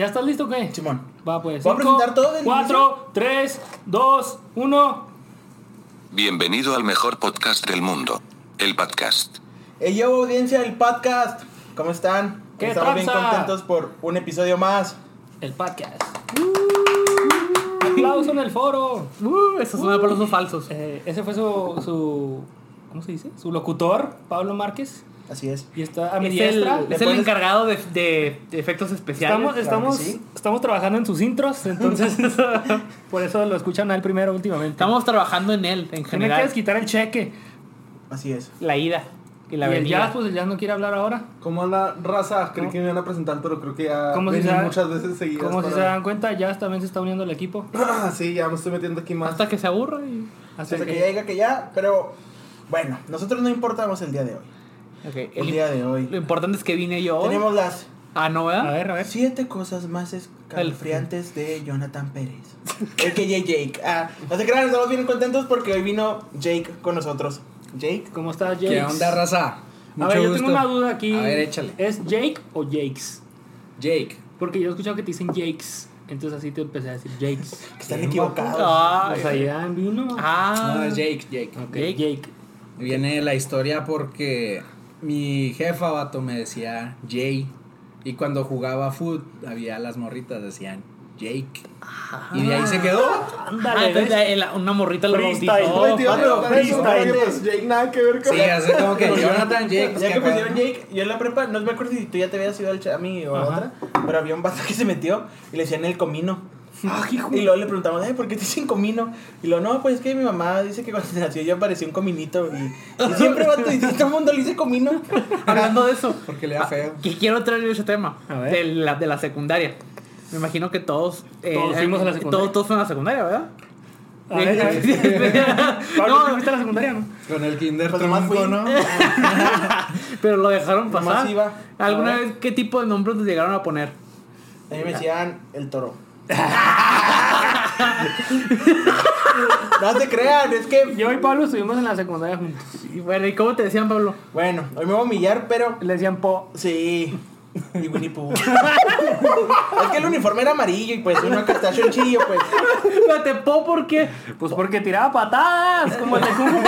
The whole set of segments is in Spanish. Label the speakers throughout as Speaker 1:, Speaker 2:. Speaker 1: ¿Ya estás listo o qué?
Speaker 2: Simón.
Speaker 1: Va pues.
Speaker 2: ¿Puedo
Speaker 1: Cinco,
Speaker 2: presentar todo desde el
Speaker 1: Cuatro, tres, dos, uno.
Speaker 3: Bienvenido al mejor podcast del mundo, el podcast.
Speaker 2: Hey yo, audiencia del podcast. ¿Cómo están?
Speaker 1: ¿Qué
Speaker 2: Estamos bien
Speaker 1: tranza?
Speaker 2: contentos por un episodio más.
Speaker 1: El podcast. Aplauso en el foro.
Speaker 4: Uh, esos son aplausos falsos.
Speaker 1: Eh, ese fue su, su. ¿Cómo se dice? Su locutor, Pablo Márquez.
Speaker 2: Así es.
Speaker 1: Y está a mi
Speaker 4: es el,
Speaker 1: diestra.
Speaker 4: es
Speaker 2: ¿Le
Speaker 4: el
Speaker 2: puedes-
Speaker 4: encargado de, de- de efectos especiales.
Speaker 1: Estamos,
Speaker 2: que
Speaker 1: estamos,
Speaker 2: sí.
Speaker 1: estamos trabajando en sus intros, entonces por eso lo escuchan a él primero últimamente.
Speaker 4: Estamos trabajando en él, en
Speaker 1: Tiene que
Speaker 4: general.
Speaker 1: desquitar el cheque.
Speaker 2: Así es.
Speaker 4: La ida y la
Speaker 1: y el jazz,
Speaker 4: venida.
Speaker 1: pues el jazz no quiere hablar ahora.
Speaker 5: Como la raza, creí que me iban a presentar, pero creo que ya
Speaker 1: Como si
Speaker 5: venía
Speaker 1: se-
Speaker 5: muchas veces seguidas.
Speaker 1: Como si se
Speaker 5: para- Ah,
Speaker 1: dan cuenta, jazz también se está uniendo al equipo.
Speaker 5: sí, ya me estoy metiendo aquí más.
Speaker 4: Hasta que se aburra. y-
Speaker 1: Así
Speaker 2: Hasta que
Speaker 1: que-
Speaker 2: ya diga que ya, pero bueno, nosotros no importamos el día de hoy.
Speaker 4: Ok,
Speaker 2: El
Speaker 4: el-
Speaker 2: día de
Speaker 4: Lo
Speaker 2: hoy.
Speaker 4: importante es que vine yo hoy.
Speaker 2: Tenemos las
Speaker 4: Ah, no,
Speaker 1: A
Speaker 4: ¿verdad?
Speaker 1: ver, a ver.
Speaker 2: siete cosas más escalofriantes de Jonathan Pérez. El que Jake. Ah, no se crean, estamos bien contentos porque hoy vino Jake con nosotros. Jake.
Speaker 1: ¿Cómo estás, Jake?
Speaker 6: ¿Qué onda, raza?
Speaker 1: A
Speaker 6: Mucho
Speaker 1: ver, yo
Speaker 6: gusto.
Speaker 1: tengo una duda aquí.
Speaker 6: A ver, échale.
Speaker 1: ¿Es Jake o Jakes?
Speaker 6: Jake.
Speaker 1: Porque yo he escuchado que te dicen Jakes. Entonces así te empecé a decir Jakes.
Speaker 2: que Están equivocados.
Speaker 4: Ah,
Speaker 1: Pues ahí dan vino.
Speaker 4: ah,
Speaker 6: No, es Jake, Jake.
Speaker 1: Ok, Jake.
Speaker 6: Viene la historia porque mi jefa, vato, me decía Jay. Y cuando jugaba foot, había las morritas, decían Jake. Y de ahí se quedó.
Speaker 4: Ah,
Speaker 1: Ándale,
Speaker 4: entonces
Speaker 1: ¿ves?
Speaker 4: la- la- una morrita lo
Speaker 1: Freestyle.
Speaker 4: bautizó.
Speaker 5: Oye, te iba a preguntar
Speaker 1: vale,
Speaker 5: eso,
Speaker 1: freestyle.
Speaker 5: Oh, pero que, pues Jake nada que ver con...
Speaker 6: Sí, así como que Jonathan Jake. pues,
Speaker 2: Ya que
Speaker 6: acá-
Speaker 2: pusieron Jake, yo en la prepa, no me acuerdo si tú ya te habías ido al Chami o a
Speaker 1: Ajá.
Speaker 2: otra, pero había un vato que se metió y le decían el comino. Y luego le preguntamos, "Ay, ¿por qué te dicen comino? Y luego, no, pues es que mi mamá dice que cuando nació yo aparecí un cominito. Y, y siempre vato, y todo el mundo le dice comino.
Speaker 4: Hablando de eso,
Speaker 6: Porque le da feo.
Speaker 4: Ah, que quiero traer ese tema
Speaker 1: A ver.
Speaker 4: de la, de la secundaria. Me imagino que todos. eh,
Speaker 1: Todos fuimos a la secundaria.
Speaker 4: Todos, todos fueron a la secundaria, ¿verdad?
Speaker 1: A ver, a ver. Pablo, ¿tú
Speaker 4: no,
Speaker 1: fuiste a la secundaria, no?
Speaker 6: Con el Kinder
Speaker 2: Pues nomás
Speaker 6: Trunco,
Speaker 2: fui.
Speaker 6: ¿no?
Speaker 4: pero lo dejaron
Speaker 2: Nomás
Speaker 4: pasar.
Speaker 2: iba.
Speaker 4: ¿Alguna
Speaker 1: A ver.
Speaker 4: vez qué tipo de nombres les llegaron a poner?
Speaker 2: A mí me decían el toro. no te crean, es que.
Speaker 1: Yo y Pablo estuvimos en la secundaria juntos.
Speaker 4: Y bueno, ¿y cómo te decían, Pablo?
Speaker 2: Bueno, hoy me voy a humillar, pero.
Speaker 1: Le decían Po.
Speaker 2: Sí. Y Winnie Pooh. es que el uniforme era amarillo y pues uno acá está chonchillo, pues.
Speaker 4: Espérate, po, ¿por qué?
Speaker 1: Pues porque tiraba patadas, como el de Kung Fu.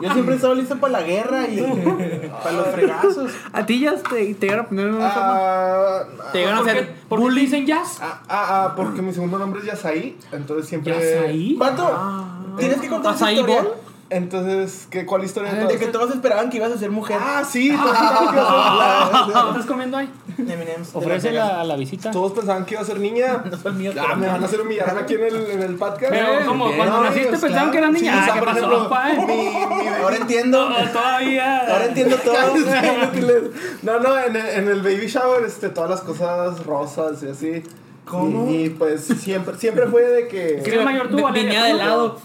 Speaker 2: Yo siempre he estado listo para la guerra y para los fregazos.
Speaker 4: ¿A ti ya te, te llegaron a poner un uniforme?
Speaker 5: Ah,
Speaker 4: Te llegaron a
Speaker 1: ¿Por qué-
Speaker 4: hacer
Speaker 1: ¿Por qué le dicen jazz?
Speaker 5: ah, ah, ah, porque mi segundo nombre es Yasaí, entonces siempre...
Speaker 1: ¿Yasaí? Ah.
Speaker 2: Pato, tienes que contar esa
Speaker 4: ¿Azaí
Speaker 2: historia
Speaker 4: Ball?
Speaker 5: Entonces, ¿qué, ¿cuál historia de
Speaker 2: de
Speaker 5: todas?
Speaker 2: que todos esperaban que ibas a ser mujer.
Speaker 5: Ah, sí, todos pensaban que iba a ser-
Speaker 1: ¿Qué estás comiendo ahí?
Speaker 2: Eminems, de
Speaker 1: Ofrece
Speaker 2: Las Vegas.
Speaker 1: a la visita.
Speaker 5: Todos pensaban que iba a ser niña.
Speaker 2: No fue el mío,
Speaker 5: Ah,
Speaker 2: pero-
Speaker 5: me van a hacer humillar aquí en el, en el podcast.
Speaker 1: Pero como
Speaker 6: bien.
Speaker 1: cuando
Speaker 5: No,
Speaker 1: naciste
Speaker 5: pues,
Speaker 1: pensaban
Speaker 5: claro.
Speaker 1: que eran niñas.
Speaker 5: Sí, o sea,
Speaker 1: ¿Qué
Speaker 5: por
Speaker 1: pasó,
Speaker 5: ejemplo,
Speaker 1: pa?
Speaker 2: Ahora entiendo,
Speaker 1: No, todavía.
Speaker 2: ahora entiendo todo.
Speaker 5: No, no, en el, en el baby shower, este, todas las cosas rosas y así.
Speaker 2: ¿Cómo?
Speaker 5: Y, y, pues siempre, siempre fue de
Speaker 1: ¿Qué
Speaker 5: que.
Speaker 1: es mayor tú,
Speaker 4: Vi-
Speaker 1: Valeria?
Speaker 4: Viña de
Speaker 1: ¿Tú?
Speaker 4: helado.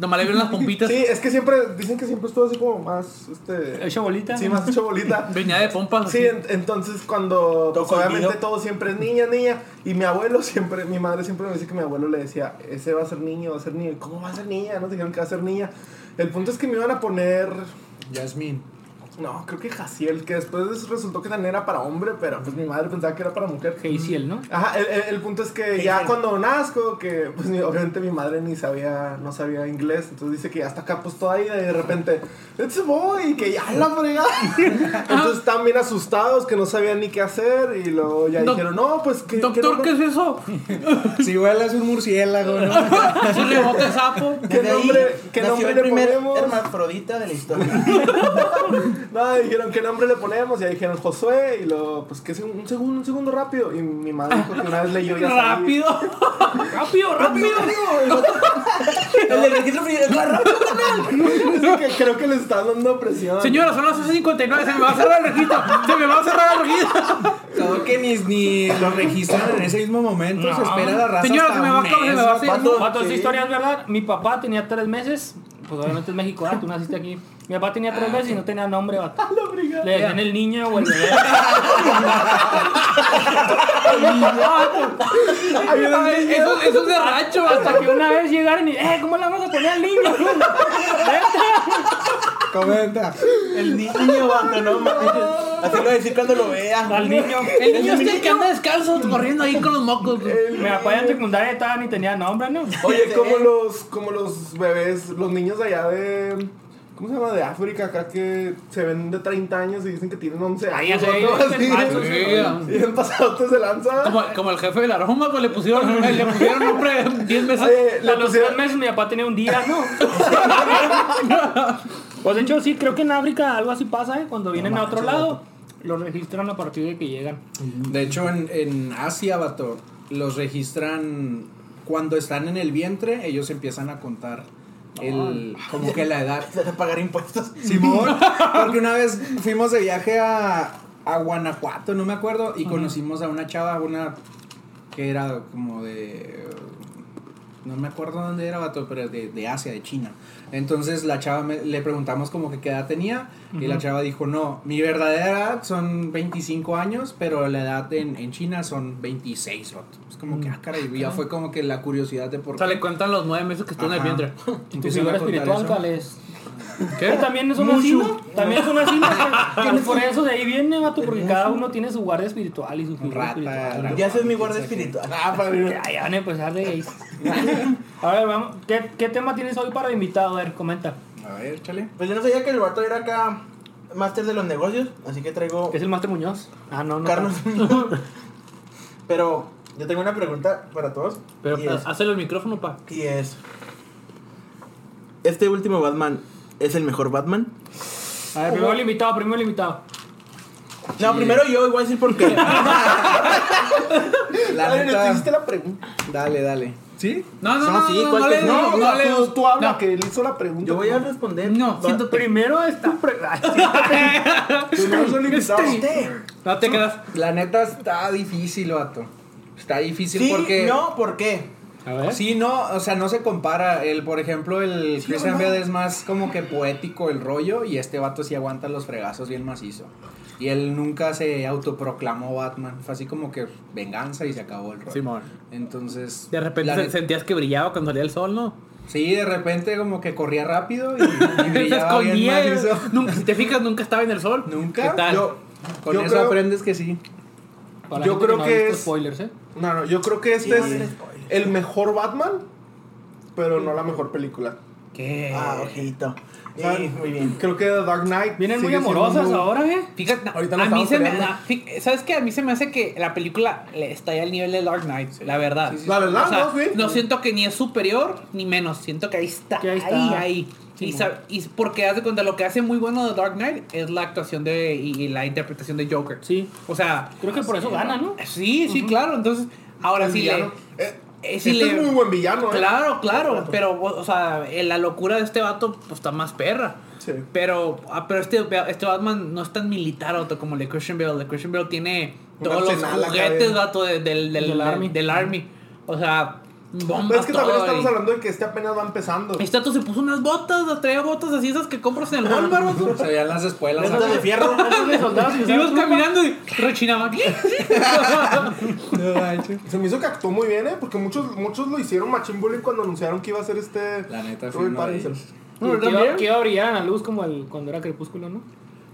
Speaker 4: Nomás le vieron las pompitas.
Speaker 5: Sí, es que siempre, dicen que siempre estuvo así como más, este.
Speaker 1: ¿Hecho bolita?
Speaker 5: Sí, más hecho bolita.
Speaker 4: Viña de pompas.
Speaker 5: Sí,
Speaker 4: así.
Speaker 5: en- entonces cuando pues,
Speaker 2: Todo
Speaker 5: obviamente
Speaker 2: colorido.
Speaker 5: todo siempre es niña, niña. Y mi abuelo siempre, mi madre siempre me dice que mi abuelo le decía, ese va a ser niño, va a ser niño. ¿Y cómo va a ser niña? No dijeron que va a ser niña. El punto es que me iban a poner,
Speaker 6: Jasmine.
Speaker 5: no, creo que Jaciel, que después resultó que también era para hombre, pero pues mi madre pensaba que era para mujer.
Speaker 1: Hazel, ¿no?
Speaker 5: Ajá, el, el- el punto es que ya cuando nazco, que pues mi- obviamente mi madre ni sabía, no sabía inglés, entonces dice que ya está acá pues toda ahí y de repente, it's a boy, y que ya la fregada. entonces están bien asustados, que no sabían ni qué hacer y luego ya
Speaker 4: Doc-
Speaker 5: dijeron, no, pues que... que
Speaker 4: Doctor,
Speaker 5: no-
Speaker 4: ¿qué es eso?
Speaker 6: Si huelas un murciélago, ¿no?
Speaker 4: ¿Es un rebote sapo?
Speaker 5: ¿Qué
Speaker 2: Desde ahí
Speaker 5: nombre, qué
Speaker 2: nació
Speaker 5: nombre
Speaker 2: el
Speaker 5: le
Speaker 2: primer
Speaker 5: ponemos?
Speaker 2: hermafrodita de la historia.
Speaker 5: No, dijeron, ¿qué nombre le ponemos? Y ahí dijeron, Josué, y luego, pues que es un un segundo, un segundo rápido. Y mi madre dijo que una vez leyó ya sabía.
Speaker 4: Rápido. Rápido, rápido.
Speaker 2: El del registro frío, claro.
Speaker 5: Dice que creo que le está dando presión.
Speaker 4: Señora, son las 59. Se me va a cerrar el registro. Se me va a cerrar el registro.
Speaker 6: Todo que ni, ni lo registran en ese mismo momento. Se espera la raza.
Speaker 4: Señora,
Speaker 6: hasta
Speaker 4: se me va a
Speaker 6: un
Speaker 4: acabar, se
Speaker 6: mes,
Speaker 4: me va a
Speaker 6: ¿no?
Speaker 4: hacer.
Speaker 5: Pato,
Speaker 1: Pato, esta
Speaker 5: sí.
Speaker 1: historia es verdad. Mi papá tenía tres meses. Pues obviamente es México, ah, tú naciste aquí. Mi papá tenía tres meses y no tenía nombre, vato.
Speaker 5: Ah,
Speaker 1: Le decían el niño o el bebé.
Speaker 4: Ay, Eso, eso es de rancho. Hasta
Speaker 1: Hasta que una vez llegaron y, eh, ¿cómo le vamos a poner al niño? Vete.
Speaker 6: Comenta.
Speaker 2: El ni- niño vato, no mames. Así lo voy a decir cuando lo vea.
Speaker 1: Al niño.
Speaker 7: El niño es el que anda descalzo corriendo ahí con los mocos. güey.
Speaker 1: Me apoyan en secundaria estaba ni tenía nombre, ¿no?
Speaker 5: Oye,
Speaker 2: eh.
Speaker 5: como los, como los bebés, los niños de allá de. ¿Cómo se llama? De África, acá que se ven de 30 años y dicen que tienen 11
Speaker 1: Ahí
Speaker 5: años.
Speaker 1: ya se
Speaker 5: o algo
Speaker 1: dicen falsos,
Speaker 5: así.
Speaker 7: ¿no?
Speaker 5: Y han pasado antes de lanza.
Speaker 7: Como, como el jefe del aroma, pues le pusieron, le pusieron nombre 10 veces.
Speaker 5: Oye,
Speaker 1: A
Speaker 5: le
Speaker 1: los tres
Speaker 5: pusieron.
Speaker 1: meses mi papá tenía un día, ¿no? pues de hecho, sí, creo que en África algo así pasa, ¿eh? Cuando vienen a otro lado, los registran a partir de que llegan.
Speaker 6: De hecho, en, en Asia, vato, los registran cuando están en el vientre, ellos empiezan a contar el, como que la edad.
Speaker 2: Te van a pagar impuestos.
Speaker 6: Simón, porque una vez fuimos de viaje a, a Guanajuato, no me acuerdo, y conocimos a una chava, una que era como de... No me acuerdo dónde era, vato, pero de, de Asia, de China. Entonces la chava me- le preguntamos como que qué edad tenía y la chava dijo, no, mi verdadera edad son 25 años, pero la edad en, en China son 26, vato. Es como
Speaker 2: Mm.
Speaker 6: que, ah, caray, ya fue como que la curiosidad de por
Speaker 7: O
Speaker 6: qué.
Speaker 7: sea, le cuentan los 9 meses que estuvo en el
Speaker 6: Ajá.
Speaker 7: vientre.
Speaker 1: Tu
Speaker 6: Empiezan a
Speaker 1: figura
Speaker 6: contar
Speaker 1: espiritual,
Speaker 6: eso.
Speaker 1: ¿cuál es?
Speaker 7: ¿Qué?
Speaker 1: Que también es una asino. También es una asino. que- que por eso de ahí viene, vato, porque cada uno tiene su guardia espiritual y su figura
Speaker 6: Rata,
Speaker 1: espiritual.
Speaker 6: rata.
Speaker 2: Ya ese es mi guardia espiritual.
Speaker 5: Ah, padrino.
Speaker 1: Ya, ya van a empezar de gays. A ver, vamos. ¿Qué, qué tema tienes hoy para invitado? A ver, comenta.
Speaker 6: A ver, chale.
Speaker 2: Pues yo no sabía que el vato era acá máster de los negocios, así que traigo
Speaker 1: ¿Qué es el Master Muñoz? Ah, no, no.
Speaker 2: Carlos. Pero yo tengo una pregunta para todos.
Speaker 7: Pero
Speaker 2: y, es,
Speaker 7: hazle el micrófono, pa.
Speaker 2: y es, ¿Este último Batman es el mejor Batman?
Speaker 1: A ver, primero el invitado, primero el invitado.
Speaker 2: No, primero yo y voy a decir por qué.
Speaker 6: La
Speaker 5: Padrino,
Speaker 6: neta-
Speaker 5: te hiciste la pregunta.
Speaker 6: Dale, dale. ¿Sí?
Speaker 7: No, no, no,
Speaker 2: No, sí,
Speaker 7: no, no,
Speaker 2: ¿cuál
Speaker 7: no,
Speaker 2: que-
Speaker 7: le-
Speaker 5: No,
Speaker 7: no,
Speaker 5: no, pues,
Speaker 7: no, le-
Speaker 5: tú, tú habla,
Speaker 7: no.
Speaker 5: que él hizo la pregunta.
Speaker 2: Yo voy a responder.
Speaker 7: No,
Speaker 2: Va-
Speaker 7: siento-
Speaker 1: Primero está.
Speaker 5: Tú no eres el
Speaker 2: Este.
Speaker 5: invitado.
Speaker 2: Ah, Usted.
Speaker 7: no te quedas.
Speaker 6: La neta está difícil, vato. Está difícil
Speaker 2: Sí,
Speaker 6: porque.
Speaker 2: no, ¿por qué?
Speaker 1: A
Speaker 7: ¿Eh?
Speaker 1: ver.
Speaker 6: Sí, no, o sea, no se compara. El, por ejemplo, el Christian Bale es más como que poético el rollo y este vato sí aguanta los fregazos bien macizo. Y él nunca se autoproclamó Batman. Fue así como que venganza y se acabó el rollo.
Speaker 7: Simón.
Speaker 6: Entonces.
Speaker 7: De repente
Speaker 6: la
Speaker 7: se-
Speaker 6: ne-
Speaker 7: sentías que brillaba cuando salía el sol, ¿no?
Speaker 6: Sí, de repente como que corría rápido y, y
Speaker 7: Se
Speaker 6: brillaba bien
Speaker 7: escondía.
Speaker 6: macizo.
Speaker 7: Nunca, si te fijas, nunca estaba en el sol.
Speaker 6: Nunca.
Speaker 7: ¿Qué tal?
Speaker 5: Yo,
Speaker 6: Con
Speaker 5: yo
Speaker 6: eso
Speaker 5: creo-
Speaker 6: aprendes que sí.
Speaker 1: Para la
Speaker 5: Yo
Speaker 1: gente
Speaker 5: creo
Speaker 1: no ha
Speaker 5: que
Speaker 1: visto
Speaker 5: es-
Speaker 1: spoilers, ¿eh?
Speaker 5: No, no, yo creo que
Speaker 2: Sí,
Speaker 5: este
Speaker 2: no
Speaker 5: es
Speaker 2: eres spoiler.
Speaker 5: el mejor Batman, pero no la mejor película.
Speaker 1: ¿Qué?
Speaker 2: Ah, ojito. Sí,
Speaker 5: ¿Saben?
Speaker 2: muy bien.
Speaker 5: Creo que The Dark Knight.
Speaker 1: Vienen muy
Speaker 5: sigue siendo
Speaker 1: amorosas
Speaker 5: muy-
Speaker 1: ahora, ¿eh?
Speaker 7: Fíjate, no,
Speaker 2: Ahorita lo
Speaker 7: a mí
Speaker 2: estamos
Speaker 7: se me,
Speaker 2: peleando.
Speaker 7: a- fí- ¿sabes qué? A mí se me hace que la película le está ya al nivel de Dark Knight, la verdad.
Speaker 5: La verdad,
Speaker 7: O sea,
Speaker 5: ¿no? Sí.
Speaker 7: no siento que ni es superior ni menos, siento que ahí está,
Speaker 1: Que ahí
Speaker 7: ahí,
Speaker 1: está.
Speaker 7: ahí.
Speaker 1: Sí,
Speaker 7: y,
Speaker 1: mo.
Speaker 7: sab- y porque haz de cuenta, lo que hace muy bueno de Dark Knight es la actuación de y, y la interpretación de Joker.
Speaker 1: Sí.
Speaker 7: O sea,
Speaker 1: Creo que por eso gana, ¿no?
Speaker 7: sí, sí, claro. Entonces, ahora
Speaker 5: El
Speaker 7: sí
Speaker 5: villano.
Speaker 7: le.
Speaker 5: Eh,
Speaker 7: eh, sí
Speaker 5: Este
Speaker 7: le-
Speaker 5: es muy buen villano, ¿eh?
Speaker 7: Claro, claro, pero o sea, eh, la locura de este vato pues, está más perra.
Speaker 5: Sí.
Speaker 7: Pero, ah, pero este, este Batman no es tan militar vato, como el de Christian Bale. El de Christian Bale tiene
Speaker 5: Un
Speaker 7: todos los
Speaker 5: arsenal acá
Speaker 7: juguetes
Speaker 5: de-
Speaker 7: vato, de- del, del,
Speaker 1: Del
Speaker 7: del
Speaker 1: Army.
Speaker 7: army. O sea, bombas.
Speaker 5: Pero es que también
Speaker 7: todo
Speaker 5: estamos
Speaker 7: y-
Speaker 5: hablando de que este apenas va empezando.
Speaker 7: Este vato se puso unas botas, las traía botas así esas que compras en el Walmart. vato.
Speaker 6: Se veían las espuelas.
Speaker 2: Esto de fierro.
Speaker 1: de soldados y
Speaker 7: Ibas
Speaker 1: usaban
Speaker 7: caminando y rechinaba.
Speaker 6: No manches.
Speaker 5: Se me hizo que actuó muy bien, ¿eh? Porque muchos, muchos lo hicieron machín bullying cuando anunciaron que iba a ser este...
Speaker 6: La neta, fue
Speaker 5: Robert
Speaker 6: uno de
Speaker 5: Pattinson.
Speaker 1: pluma.
Speaker 6: ellos.
Speaker 1: Y Que iba, que iba a brillar en la luz como el, cuando era crepúsculo, ¿no?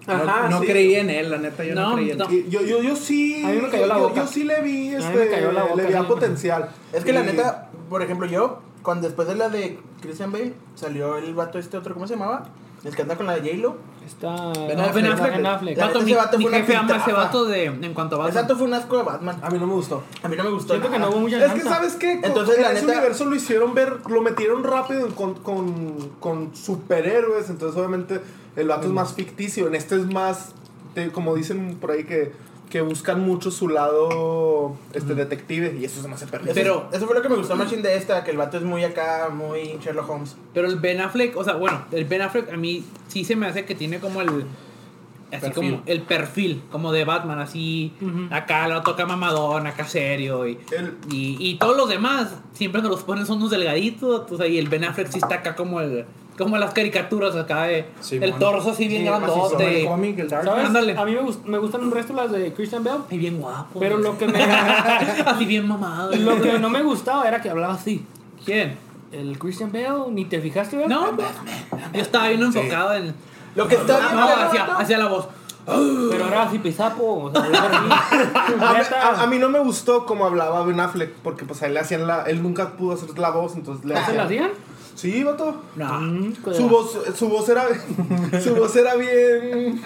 Speaker 5: Ajá,
Speaker 6: no no
Speaker 5: sí.
Speaker 6: creía en él, la neta, yo no,
Speaker 7: No,
Speaker 6: creía en
Speaker 7: no.
Speaker 6: él.
Speaker 5: Y Yo, yo, yo sí...
Speaker 1: A mí me cayó la
Speaker 5: yo- yo-
Speaker 1: boca.
Speaker 5: Yo sí le vi,
Speaker 1: A mí
Speaker 5: este...
Speaker 1: me cayó la boca,
Speaker 5: le vi
Speaker 1: sí.
Speaker 5: a potencial.
Speaker 2: Es que la
Speaker 5: Y-
Speaker 2: neta, por ejemplo, yo, cuando después de la de Christian Bale, salió el vato este otro, ¿cómo se llamaba? El que anda con la de J-Lo.
Speaker 1: Está.
Speaker 2: Ben
Speaker 7: No,
Speaker 2: Affleck.
Speaker 7: Ben Affleck.
Speaker 1: Ben Affleck.
Speaker 2: La
Speaker 7: Vato,
Speaker 2: neta,
Speaker 7: mi,
Speaker 2: ese vato
Speaker 7: mi
Speaker 2: fue una
Speaker 7: jefe ama a ese
Speaker 2: piltrafa.
Speaker 7: vato de, en cuanto a Batman.
Speaker 2: Ese vato fue un asco de Batman.
Speaker 5: A mí no me gustó.
Speaker 2: A mí no me gustó.
Speaker 1: Siento que no
Speaker 2: nada.
Speaker 1: hubo mucha
Speaker 5: Es que,
Speaker 1: chance.
Speaker 5: ¿sabes qué? Con-
Speaker 2: Entonces,
Speaker 5: en
Speaker 2: la
Speaker 5: ese
Speaker 2: neta-
Speaker 5: universo lo hicieron ver, lo metieron rápido en con, con, con superhéroes. Entonces, obviamente, el vato es más ficticio. En este es más, te- como dicen por ahí, que, que buscan mucho su lado este, detective. Y eso se me hace
Speaker 2: Eso,
Speaker 5: perverso.
Speaker 7: Pero-
Speaker 2: eso fue lo que me gustó más de esta, que el vato es muy acá, muy Sherlock Holmes.
Speaker 7: Pero el Ben Affleck, o sea, bueno, el Ben Affleck a mí sí se me hace que tiene como el. Así
Speaker 6: Perfil.
Speaker 7: como el perfil, como de Batman, así.
Speaker 1: Ujú.
Speaker 7: Acá lo toca mamadón, acá serio. Y,
Speaker 5: El-
Speaker 7: y, y todos los demás, siempre nos los ponen son unos delgaditos. O sea, y el Ben Affleck sí está acá como el. Como las caricaturas acá de.
Speaker 6: Simón.
Speaker 7: el torso así bien
Speaker 2: Sí, macizo,
Speaker 7: grandote.
Speaker 6: El cómic, el Dark
Speaker 1: ¿Sabes?
Speaker 7: Ándale.
Speaker 1: A mí me, gust- me gustan un resto las de Christian Bell.
Speaker 7: Y bien guapo.
Speaker 1: Pero lo que me.
Speaker 7: así bien mamado.
Speaker 1: lo que no me gustaba era que hablaba así.
Speaker 7: ¿Quién?
Speaker 1: El Christian Bell, ni te fijaste, ¿verdad?
Speaker 7: No, yo estaba bien enfocado en.
Speaker 2: Lo que
Speaker 5: Ah,
Speaker 2: está bien,
Speaker 7: No,
Speaker 2: pero-
Speaker 7: hacia, hacia la voz.
Speaker 1: Pero era así pisapo. O sea, yo dormí.
Speaker 5: A, mí-
Speaker 1: Neta.
Speaker 5: a- a mí no me gustó como hablaba Ben Affleck, porque pues a él le hacían la. Él nunca pudo hacer la voz, entonces le
Speaker 1: ¿Ah, ¿Se la hacían?
Speaker 5: Sí, vato.
Speaker 7: No.
Speaker 1: Mm,
Speaker 5: Su voz, su voz era. Su voz era bien.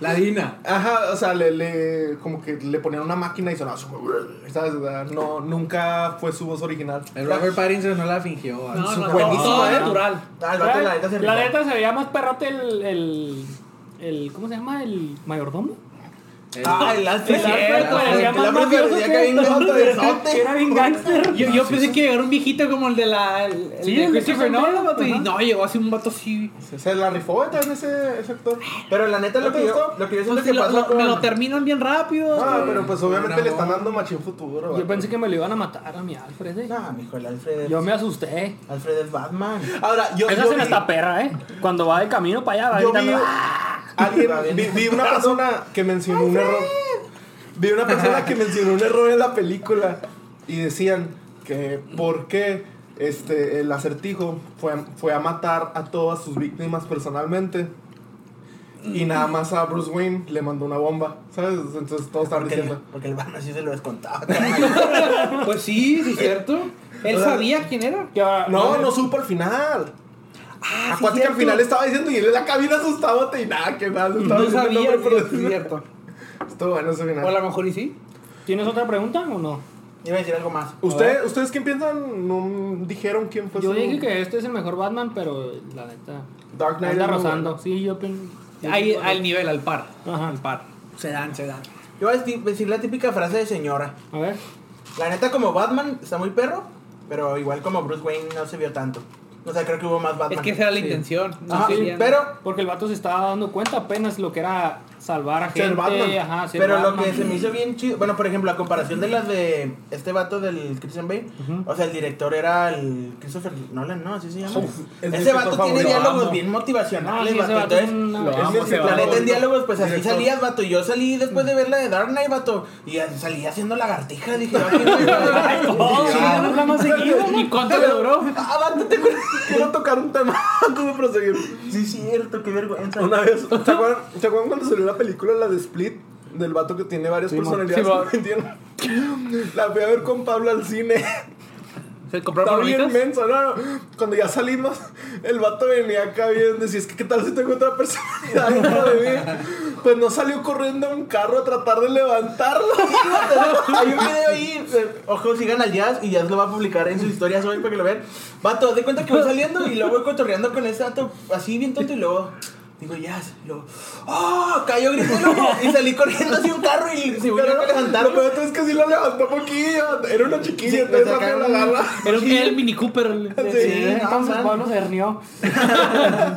Speaker 6: La Dina.
Speaker 5: Ajá, o sea, le, le- como que le ponían una máquina y sonaba. ¿Sabes? O sea, No, nunca fue su voz original.
Speaker 6: El Robert Pattinson no la fingió.
Speaker 7: No, no,
Speaker 6: Su-
Speaker 7: no,
Speaker 5: buenísima,
Speaker 7: todo
Speaker 5: ¿eh?
Speaker 7: natural.
Speaker 2: Ah, el vato, la neta se
Speaker 1: La
Speaker 2: rifó.
Speaker 1: neta se veía más perrote el, el, el- ¿Cómo se llama? El mayordomo.
Speaker 2: Ah, el Alfred.
Speaker 1: El Alfred,
Speaker 2: El
Speaker 1: güey,
Speaker 2: Alfred,
Speaker 1: se llama
Speaker 2: el Alfred
Speaker 1: mafioso
Speaker 2: parecía
Speaker 1: que
Speaker 2: que había un
Speaker 1: era-
Speaker 2: gato de zote.
Speaker 1: Que era bien gangster.
Speaker 7: Yo, yo pensé que llegara un viejito como el de la. El, el
Speaker 1: Sí,
Speaker 7: de
Speaker 1: el de Christopher
Speaker 7: Christopher Nolan,
Speaker 1: Nolan,
Speaker 7: vato, Y
Speaker 1: ajá.
Speaker 7: no, llegó así un vato así.
Speaker 5: Se, se la rifó también ese, ese actor.
Speaker 1: Ah,
Speaker 2: Pero la neta,
Speaker 5: ¿No
Speaker 2: lo
Speaker 5: te
Speaker 2: que yo,
Speaker 5: gustó?
Speaker 2: lo que yo siento
Speaker 7: Entonces,
Speaker 2: que
Speaker 7: Pues lo-
Speaker 2: pasa
Speaker 7: lo- me lo
Speaker 2: con.
Speaker 7: terminan bien rápido.
Speaker 5: Ah, pero pues obviamente
Speaker 6: Una
Speaker 5: le están
Speaker 6: voz.
Speaker 5: dando machín futuro.
Speaker 1: Yo
Speaker 5: vato.
Speaker 1: pensé que me lo iban a matar a mi Alfred. eh.
Speaker 2: Ah, mijo, el Alfred. es-
Speaker 1: Yo me asusté.
Speaker 2: Alfred es Batman.
Speaker 5: Ahora, yo.
Speaker 1: Esa
Speaker 5: yo
Speaker 1: se
Speaker 5: vi-
Speaker 1: está perra, ¿eh? Cuando va de camino para allá, va
Speaker 5: Yo vi,
Speaker 1: gritando. ¡Ah!
Speaker 5: alguien, vi, vi una persona que mencionó un error. Vi una persona que mencionó un error en la película y decían que por qué este, el acertijo fue, a- fue a matar a todas sus víctimas personalmente.
Speaker 7: Mm.
Speaker 5: Y nada más a Bruce Wayne le mandó una bomba, ¿sabes? Entonces todos están
Speaker 2: Porque el,
Speaker 5: diciendo.
Speaker 2: porque el Batman sí se lo descontaba.
Speaker 7: Pues sí, sí, es cierto. Él sabía quién era.
Speaker 1: Que va-
Speaker 5: No, no supo al final.
Speaker 7: Ah, sí,
Speaker 5: Acuérdate que al
Speaker 7: cierto.
Speaker 5: final estaba diciendo y él en la cabina asustadote y nada, que nada. le estaba
Speaker 7: No
Speaker 5: diciendo el
Speaker 7: sabía,
Speaker 5: nombre,
Speaker 7: sí, es cierto.
Speaker 5: pero Estuvo bueno ese final.
Speaker 7: O a lo mejor y sí.
Speaker 1: ¿Tienes otra pregunta o no?
Speaker 2: Iba a decir algo más.
Speaker 5: ¿Usted- ¿Ustedes qué piensan? ¿No dijeron quién fue
Speaker 1: Yo
Speaker 5: su-
Speaker 1: dije que este es el mejor Batman, pero la neta.
Speaker 5: Pues Dark Knight
Speaker 1: Anda
Speaker 5: es muy
Speaker 1: rozando.
Speaker 5: bueno.
Speaker 1: Sí, yo pen- yo
Speaker 7: Ahí,
Speaker 1: digo-
Speaker 7: al nivel, al par.
Speaker 1: Ajá.
Speaker 7: Al par.
Speaker 6: Se dan, se dan.
Speaker 2: Yo voy a deci- decir la típica frase de señora.
Speaker 1: A ver.
Speaker 2: La neta, como Batman, está muy perro. Pero igual como Bruce Wayne no se vio tanto. O sea, creo que hubo más Batman.
Speaker 7: Es que esa era la intención. No
Speaker 2: Ajá,
Speaker 7: querían-
Speaker 2: pero,
Speaker 1: Porque el vato se estaba dando cuenta apenas lo que era salvar a
Speaker 5: Ser
Speaker 1: gente.
Speaker 5: Batman.
Speaker 1: Ajá, ser
Speaker 2: pero lo
Speaker 1: Ah, Batman.
Speaker 2: que se me hizo bien chido. Bueno, por ejemplo, a comparación de las de este vato del Christian Bale. O sea, el director era el Christopher Nolan, ¿no? Así se llama.
Speaker 5: Uf, es
Speaker 2: ese
Speaker 5: mi director
Speaker 2: vato tiene
Speaker 5: favorito,
Speaker 2: diálogos
Speaker 5: amo.
Speaker 2: bien
Speaker 1: Ah,
Speaker 2: motivacionales,
Speaker 1: sí, ese
Speaker 2: vato.
Speaker 1: vato es
Speaker 2: Entonces,
Speaker 1: un-
Speaker 5: Lo amo,
Speaker 2: Es
Speaker 5: ese
Speaker 2: el planeta
Speaker 5: vato.
Speaker 2: en diálogos, pues así
Speaker 5: Director.
Speaker 2: salías, vato. Y yo salí después de ver la de Dark Knight, vato. Y salí haciendo lagartija. Dije, "Ah, qué bueno".
Speaker 1: Oh, sí,
Speaker 2: Ah,
Speaker 1: habla más seguido.
Speaker 7: ¿Y cuánto le duró?
Speaker 2: Ah, vato, te acuerdas.
Speaker 5: Quiero tocar un tema antes de proseguir.
Speaker 2: Sí, es cierto, qué vergüenza.
Speaker 5: Una vez, ¿se acuerdan, se acuerdan cuando salió la película, la de Split? Del vato que tiene varias personalidades. ¿entienden? la fui a ver con Pablo al cine.
Speaker 7: ¿Se compró
Speaker 5: Estaba bien
Speaker 7: palomitas?
Speaker 5: inmenso, no, no. Cuando ya salimos, el vato venía acá bien. Decía, es que qué tal si tengo otra personalidad dentro de mí. Pues no salió corriendo a un carro a tratar de levantarlo.
Speaker 2: Hay un video ahí, eh, ojo, sigan al Jazz y Jazz lo va a publicar en sus historias hoy para que lo vean. Vato, de cuenta que voy saliendo y luego voy cotorreando con ese vato así bien tonto y luego digo Jazz, y luego, ¡ah! Cayó gritando y salí corriendo hacia un carro y se volvió a levantar.
Speaker 5: Lo peor es que sí lo levantó poquillo. Era una
Speaker 2: Sí,
Speaker 5: chiquilla, entonces
Speaker 2: lo
Speaker 5: rápido la
Speaker 2: sacaron.
Speaker 5: agarra.
Speaker 7: Era un- era el Mini Cooper. el-
Speaker 5: Sí,
Speaker 1: Sí, entonces
Speaker 2: avanzan.
Speaker 1: Pablo se hernió.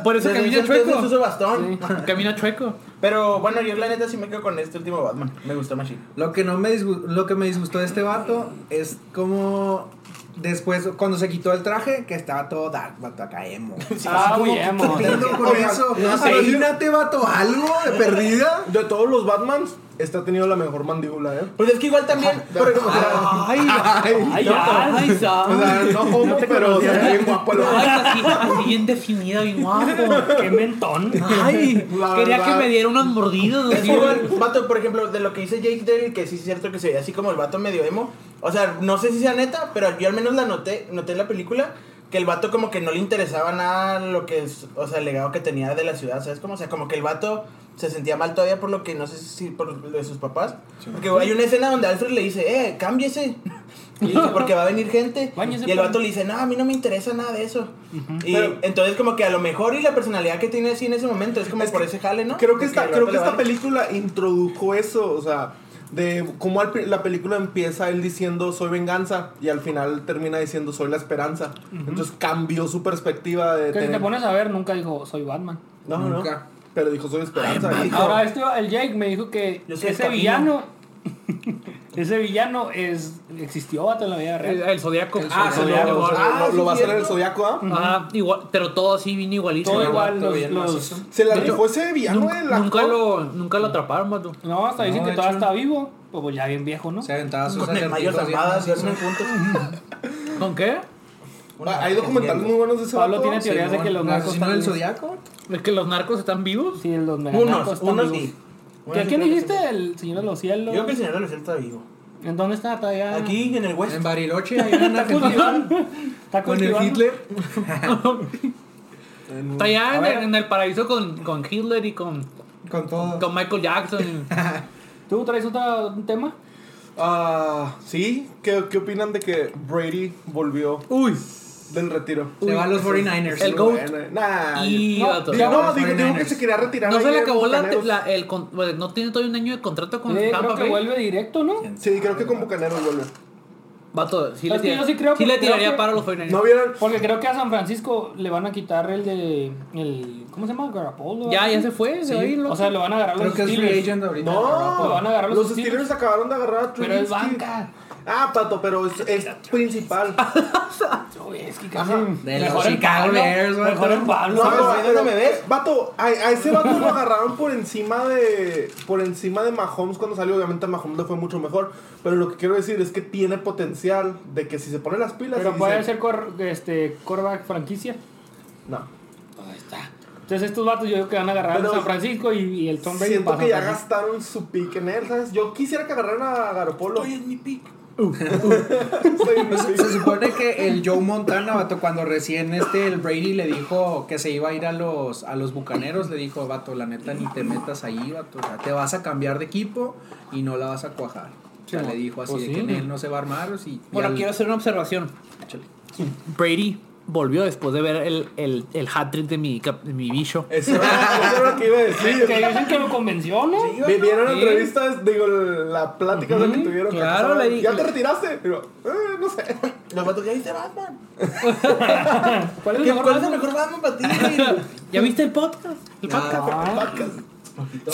Speaker 7: Por eso camina
Speaker 2: chueco.
Speaker 7: chueco.
Speaker 2: uso bastón.
Speaker 7: Camina chueco.
Speaker 2: Pero bueno, yo la neta sí me quedo con este último Batman. Me gustó más chido.
Speaker 6: Lo que, no me disgu- lo que me disgustó de este vato es como después, cuando se quitó el traje, que estaba todo dark, vato, acá emo.
Speaker 1: Ah,
Speaker 6: Como,
Speaker 1: muy
Speaker 6: ¿qué
Speaker 1: emo.
Speaker 6: pedo con
Speaker 5: Oigan,
Speaker 6: eso?
Speaker 5: no sé.
Speaker 6: Imagínate, vato, algo de perdida.
Speaker 5: De todos los Batmans, este ha tenido la mejor mandíbula, ¿eh?
Speaker 2: Pues es que igual también, por ejemplo,
Speaker 5: Ah.
Speaker 7: Ay, ay, ay,
Speaker 5: O
Speaker 7: ay.
Speaker 5: sea, no homo, pero sí está bien guapo
Speaker 6: Ah,
Speaker 5: el vato.
Speaker 7: Ay, así, así bien definida, bien guapo.
Speaker 1: Qué mentón.
Speaker 7: Ay,
Speaker 5: La
Speaker 7: quería
Speaker 5: verdad.
Speaker 7: que me diera unas mordidas.
Speaker 2: Es
Speaker 7: así.
Speaker 2: que igual, vato, por ejemplo, de lo que dice Jake Dale, que sí es cierto que se ve así como el vato medio emo. O sea, no sé si sea neta, pero yo al menos la noté, noté en la película que el vato como que no le interesaba nada lo que es, o sea, el legado que tenía de la ciudad, ¿sabes? Como, o sea, como que el vato se sentía mal todavía por lo que, no sé si por lo de sus papás. Porque hay una escena donde Alfred le dice, eh, cámbiese. Y le dice, porque va a venir gente.
Speaker 1: Báñese,
Speaker 2: y el
Speaker 1: pues.
Speaker 2: vato le dice, no, a mí no me interesa nada de eso. Y entonces como que a lo mejor y la personalidad que tiene así en ese momento es como
Speaker 5: Es
Speaker 2: por
Speaker 5: que-
Speaker 2: ese jale, ¿no?
Speaker 5: Creo
Speaker 2: Porque
Speaker 5: que, esta,
Speaker 2: el
Speaker 5: creo
Speaker 2: vato
Speaker 5: que
Speaker 2: le
Speaker 5: esta
Speaker 2: vale.
Speaker 5: película introdujo eso, o sea, de cómo al pri- la película empieza él diciendo soy venganza y al final termina diciendo soy la esperanza. Entonces cambió su perspectiva de...
Speaker 1: Que si te
Speaker 5: tener-
Speaker 1: pones a ver, nunca dijo, soy Batman.
Speaker 5: No, no.
Speaker 6: Nunca.
Speaker 5: Pero dijo soy esperanza.
Speaker 2: Ay,
Speaker 5: Y-
Speaker 2: Hijo.
Speaker 1: Ahora este, el Jake me dijo que
Speaker 2: Yo soy el
Speaker 1: ese
Speaker 2: Capino.
Speaker 1: villano, ese villano es existió vato en la vida
Speaker 7: El,
Speaker 1: real.
Speaker 7: el zodiaco.
Speaker 1: Ah,
Speaker 7: se lo
Speaker 1: Zodiaco.
Speaker 7: llevó.
Speaker 5: Ah,
Speaker 2: Ah,
Speaker 5: lo,
Speaker 2: sí,
Speaker 5: lo va a hacer
Speaker 2: cierto.
Speaker 5: el zodiaco, ¿ah?
Speaker 7: Ajá, igual, pero todo así bien igualito.
Speaker 1: Todo
Speaker 7: ¿no?
Speaker 1: igual,
Speaker 6: vato,
Speaker 1: los,
Speaker 6: bien
Speaker 1: los-
Speaker 6: macizo.
Speaker 5: Se la
Speaker 7: De hecho,
Speaker 5: rifó ese villano
Speaker 7: Nunca,
Speaker 5: el actor.
Speaker 7: nunca lo, nunca lo atraparon, vato.
Speaker 1: No, hasta dicen
Speaker 6: No,
Speaker 1: que
Speaker 6: de
Speaker 1: todavía
Speaker 6: hecho.
Speaker 1: está vivo. Pues, pues ya bien viejo, ¿no?
Speaker 6: Se aventaba sus
Speaker 2: Con el mayor
Speaker 6: acertijos bien
Speaker 2: Zambada,
Speaker 6: macizos.
Speaker 2: cierran juntos.
Speaker 7: ¿Con qué?
Speaker 5: Ah, Hay documentales muy buenos de ese
Speaker 1: Pablo
Speaker 5: vato.
Speaker 1: tiene teorías de que los narcos
Speaker 6: ¿Asesino del
Speaker 1: están vivos.
Speaker 6: Zodíaco?
Speaker 7: ¿Es que los narcos están vivos?
Speaker 1: Sí, los mega narcos
Speaker 2: Unos,
Speaker 1: están
Speaker 2: unos
Speaker 1: vivos.
Speaker 2: sí.
Speaker 1: ¿Qué-
Speaker 2: Unos
Speaker 1: ¿A
Speaker 2: sí
Speaker 1: quién
Speaker 2: creo que
Speaker 1: dijiste?
Speaker 2: sí.
Speaker 1: El señor de los
Speaker 2: Yo
Speaker 1: cielos.
Speaker 2: creo que el señor de los cielos está vivo.
Speaker 1: ¿En dónde está? Está allá.
Speaker 2: Aquí Ah. en el West.
Speaker 6: En Bariloche, ahí en Argentina.
Speaker 1: Está
Speaker 6: Con el
Speaker 1: cultivando.
Speaker 6: Hitler.
Speaker 7: Está allá
Speaker 6: A
Speaker 7: en,
Speaker 6: ver.
Speaker 7: el- en el paraíso con, con Hitler y con,
Speaker 6: Con todo.
Speaker 7: con Michael Jackson.
Speaker 1: ¿Tú traes otro un tema?
Speaker 5: Ah, sí. ¿Qué, ¿Qué opinan de que Brady volvió
Speaker 7: Uy,
Speaker 5: del retiro?
Speaker 6: Se va a los 49ers.
Speaker 7: El GOAT.
Speaker 5: Bueno, nah,
Speaker 7: Y
Speaker 5: no,
Speaker 7: vato.
Speaker 5: digo, no, digo,
Speaker 6: 49ers.
Speaker 5: digo que se quería retirar.
Speaker 7: ¿No se
Speaker 5: ahí
Speaker 7: le
Speaker 5: en
Speaker 7: acabó la,
Speaker 5: Bucaneros.
Speaker 7: la- el... con- bueno, no tiene todavía un año de contrato con
Speaker 1: Eh,
Speaker 7: Tampa
Speaker 1: creo que
Speaker 7: Bay?
Speaker 1: vuelve directo, ¿no?
Speaker 5: Sí, creo que con Bucaneros vuelve.
Speaker 7: Vato, sí le,
Speaker 1: Es que
Speaker 7: tira-
Speaker 1: yo sí creo
Speaker 7: sí le
Speaker 1: porque creo
Speaker 7: tiraría
Speaker 1: que-
Speaker 7: para los 49ers.
Speaker 5: ¿No vieron?
Speaker 1: Porque creo que a San Francisco le van a quitar el de. El, ¿Cómo se llama? Garapolo.
Speaker 7: Ya, ya se fue, se va a ir, loco.
Speaker 1: O sea, lo van a agarrar
Speaker 6: Creo
Speaker 1: los
Speaker 6: que es free
Speaker 1: Steelers.
Speaker 6: agent ahorita.
Speaker 5: No,
Speaker 1: Lo van a agarrar los
Speaker 5: los,
Speaker 1: Steelers.
Speaker 5: Steelers. acabaron de agarrar a
Speaker 1: Pero es
Speaker 5: Trubisky.
Speaker 1: banca.
Speaker 5: Ah, Pato, pero es, es principal.
Speaker 1: Uy, es que casi.
Speaker 5: Ajá.
Speaker 6: De
Speaker 1: mejor
Speaker 6: los
Speaker 1: el
Speaker 6: Chicago
Speaker 1: Pablo,
Speaker 6: Bears, güey.
Speaker 1: Mejor el Pablo.
Speaker 5: No,
Speaker 1: güey.
Speaker 5: pero,
Speaker 2: ¿dónde me ves?
Speaker 5: Vato, a, a ese vato lo agarraron por encima de por encima de Mahomes cuando salió. Obviamente a Mahomes le fue mucho mejor. Pero lo que quiero decir es que tiene potencial de que si se pone las pilas.
Speaker 1: Pero
Speaker 5: y
Speaker 1: puede
Speaker 5: dice-
Speaker 1: ser cor, este, quarterback franquicia.
Speaker 5: No.
Speaker 1: Entonces estos vatos yo creo que van a agarrar
Speaker 5: Pero-
Speaker 1: a San Francisco y, y el Tom Brady
Speaker 5: Siento
Speaker 1: para
Speaker 5: que ya
Speaker 1: San Francisco.
Speaker 5: gastaron su pick en él, ¿sabes? Yo quisiera que agarraran a Uh, Garopolo.
Speaker 2: Hoy es mi pick.
Speaker 5: Soy mi
Speaker 6: Pues,
Speaker 5: pick.
Speaker 6: se supone que el Joe Montana, vato, cuando recién este el Brady le dijo que se iba a ir a los, a los bucaneros, le dijo, vato, la neta ni te metas ahí, vato. O sea, te vas a cambiar de equipo y no la vas a cuajar. O sea,
Speaker 1: Sí,
Speaker 6: le dijo así
Speaker 1: pues
Speaker 6: de
Speaker 1: sí.
Speaker 6: que en él no se va a armar. o si-
Speaker 7: Bueno,
Speaker 6: y al-
Speaker 7: quiero hacer una observación.
Speaker 6: Échale.
Speaker 7: Brady volvió después de ver el, el, el hat-trick de mi, cap- de mi bicho.
Speaker 5: Eso era, eso era lo que iba a decir.
Speaker 1: Que dicen que lo convenció, ¿no?
Speaker 5: Vi- Vieron la
Speaker 7: Sí.
Speaker 5: entrevista, digo, la plática esa que tuvieron. que
Speaker 7: claro,
Speaker 5: pasaban,
Speaker 7: le di-
Speaker 5: ¿Ya te retiraste? Digo, "Eh, no sé.
Speaker 2: Los vatos ya viste Batman.
Speaker 1: ¿Cuál es el
Speaker 2: ¿Qué-
Speaker 1: mejor
Speaker 2: ¿Cuál es
Speaker 1: vato?
Speaker 2: el mejor Batman para ti? güey?
Speaker 7: ¿Ya viste el podcast? El podcast.
Speaker 1: Ah,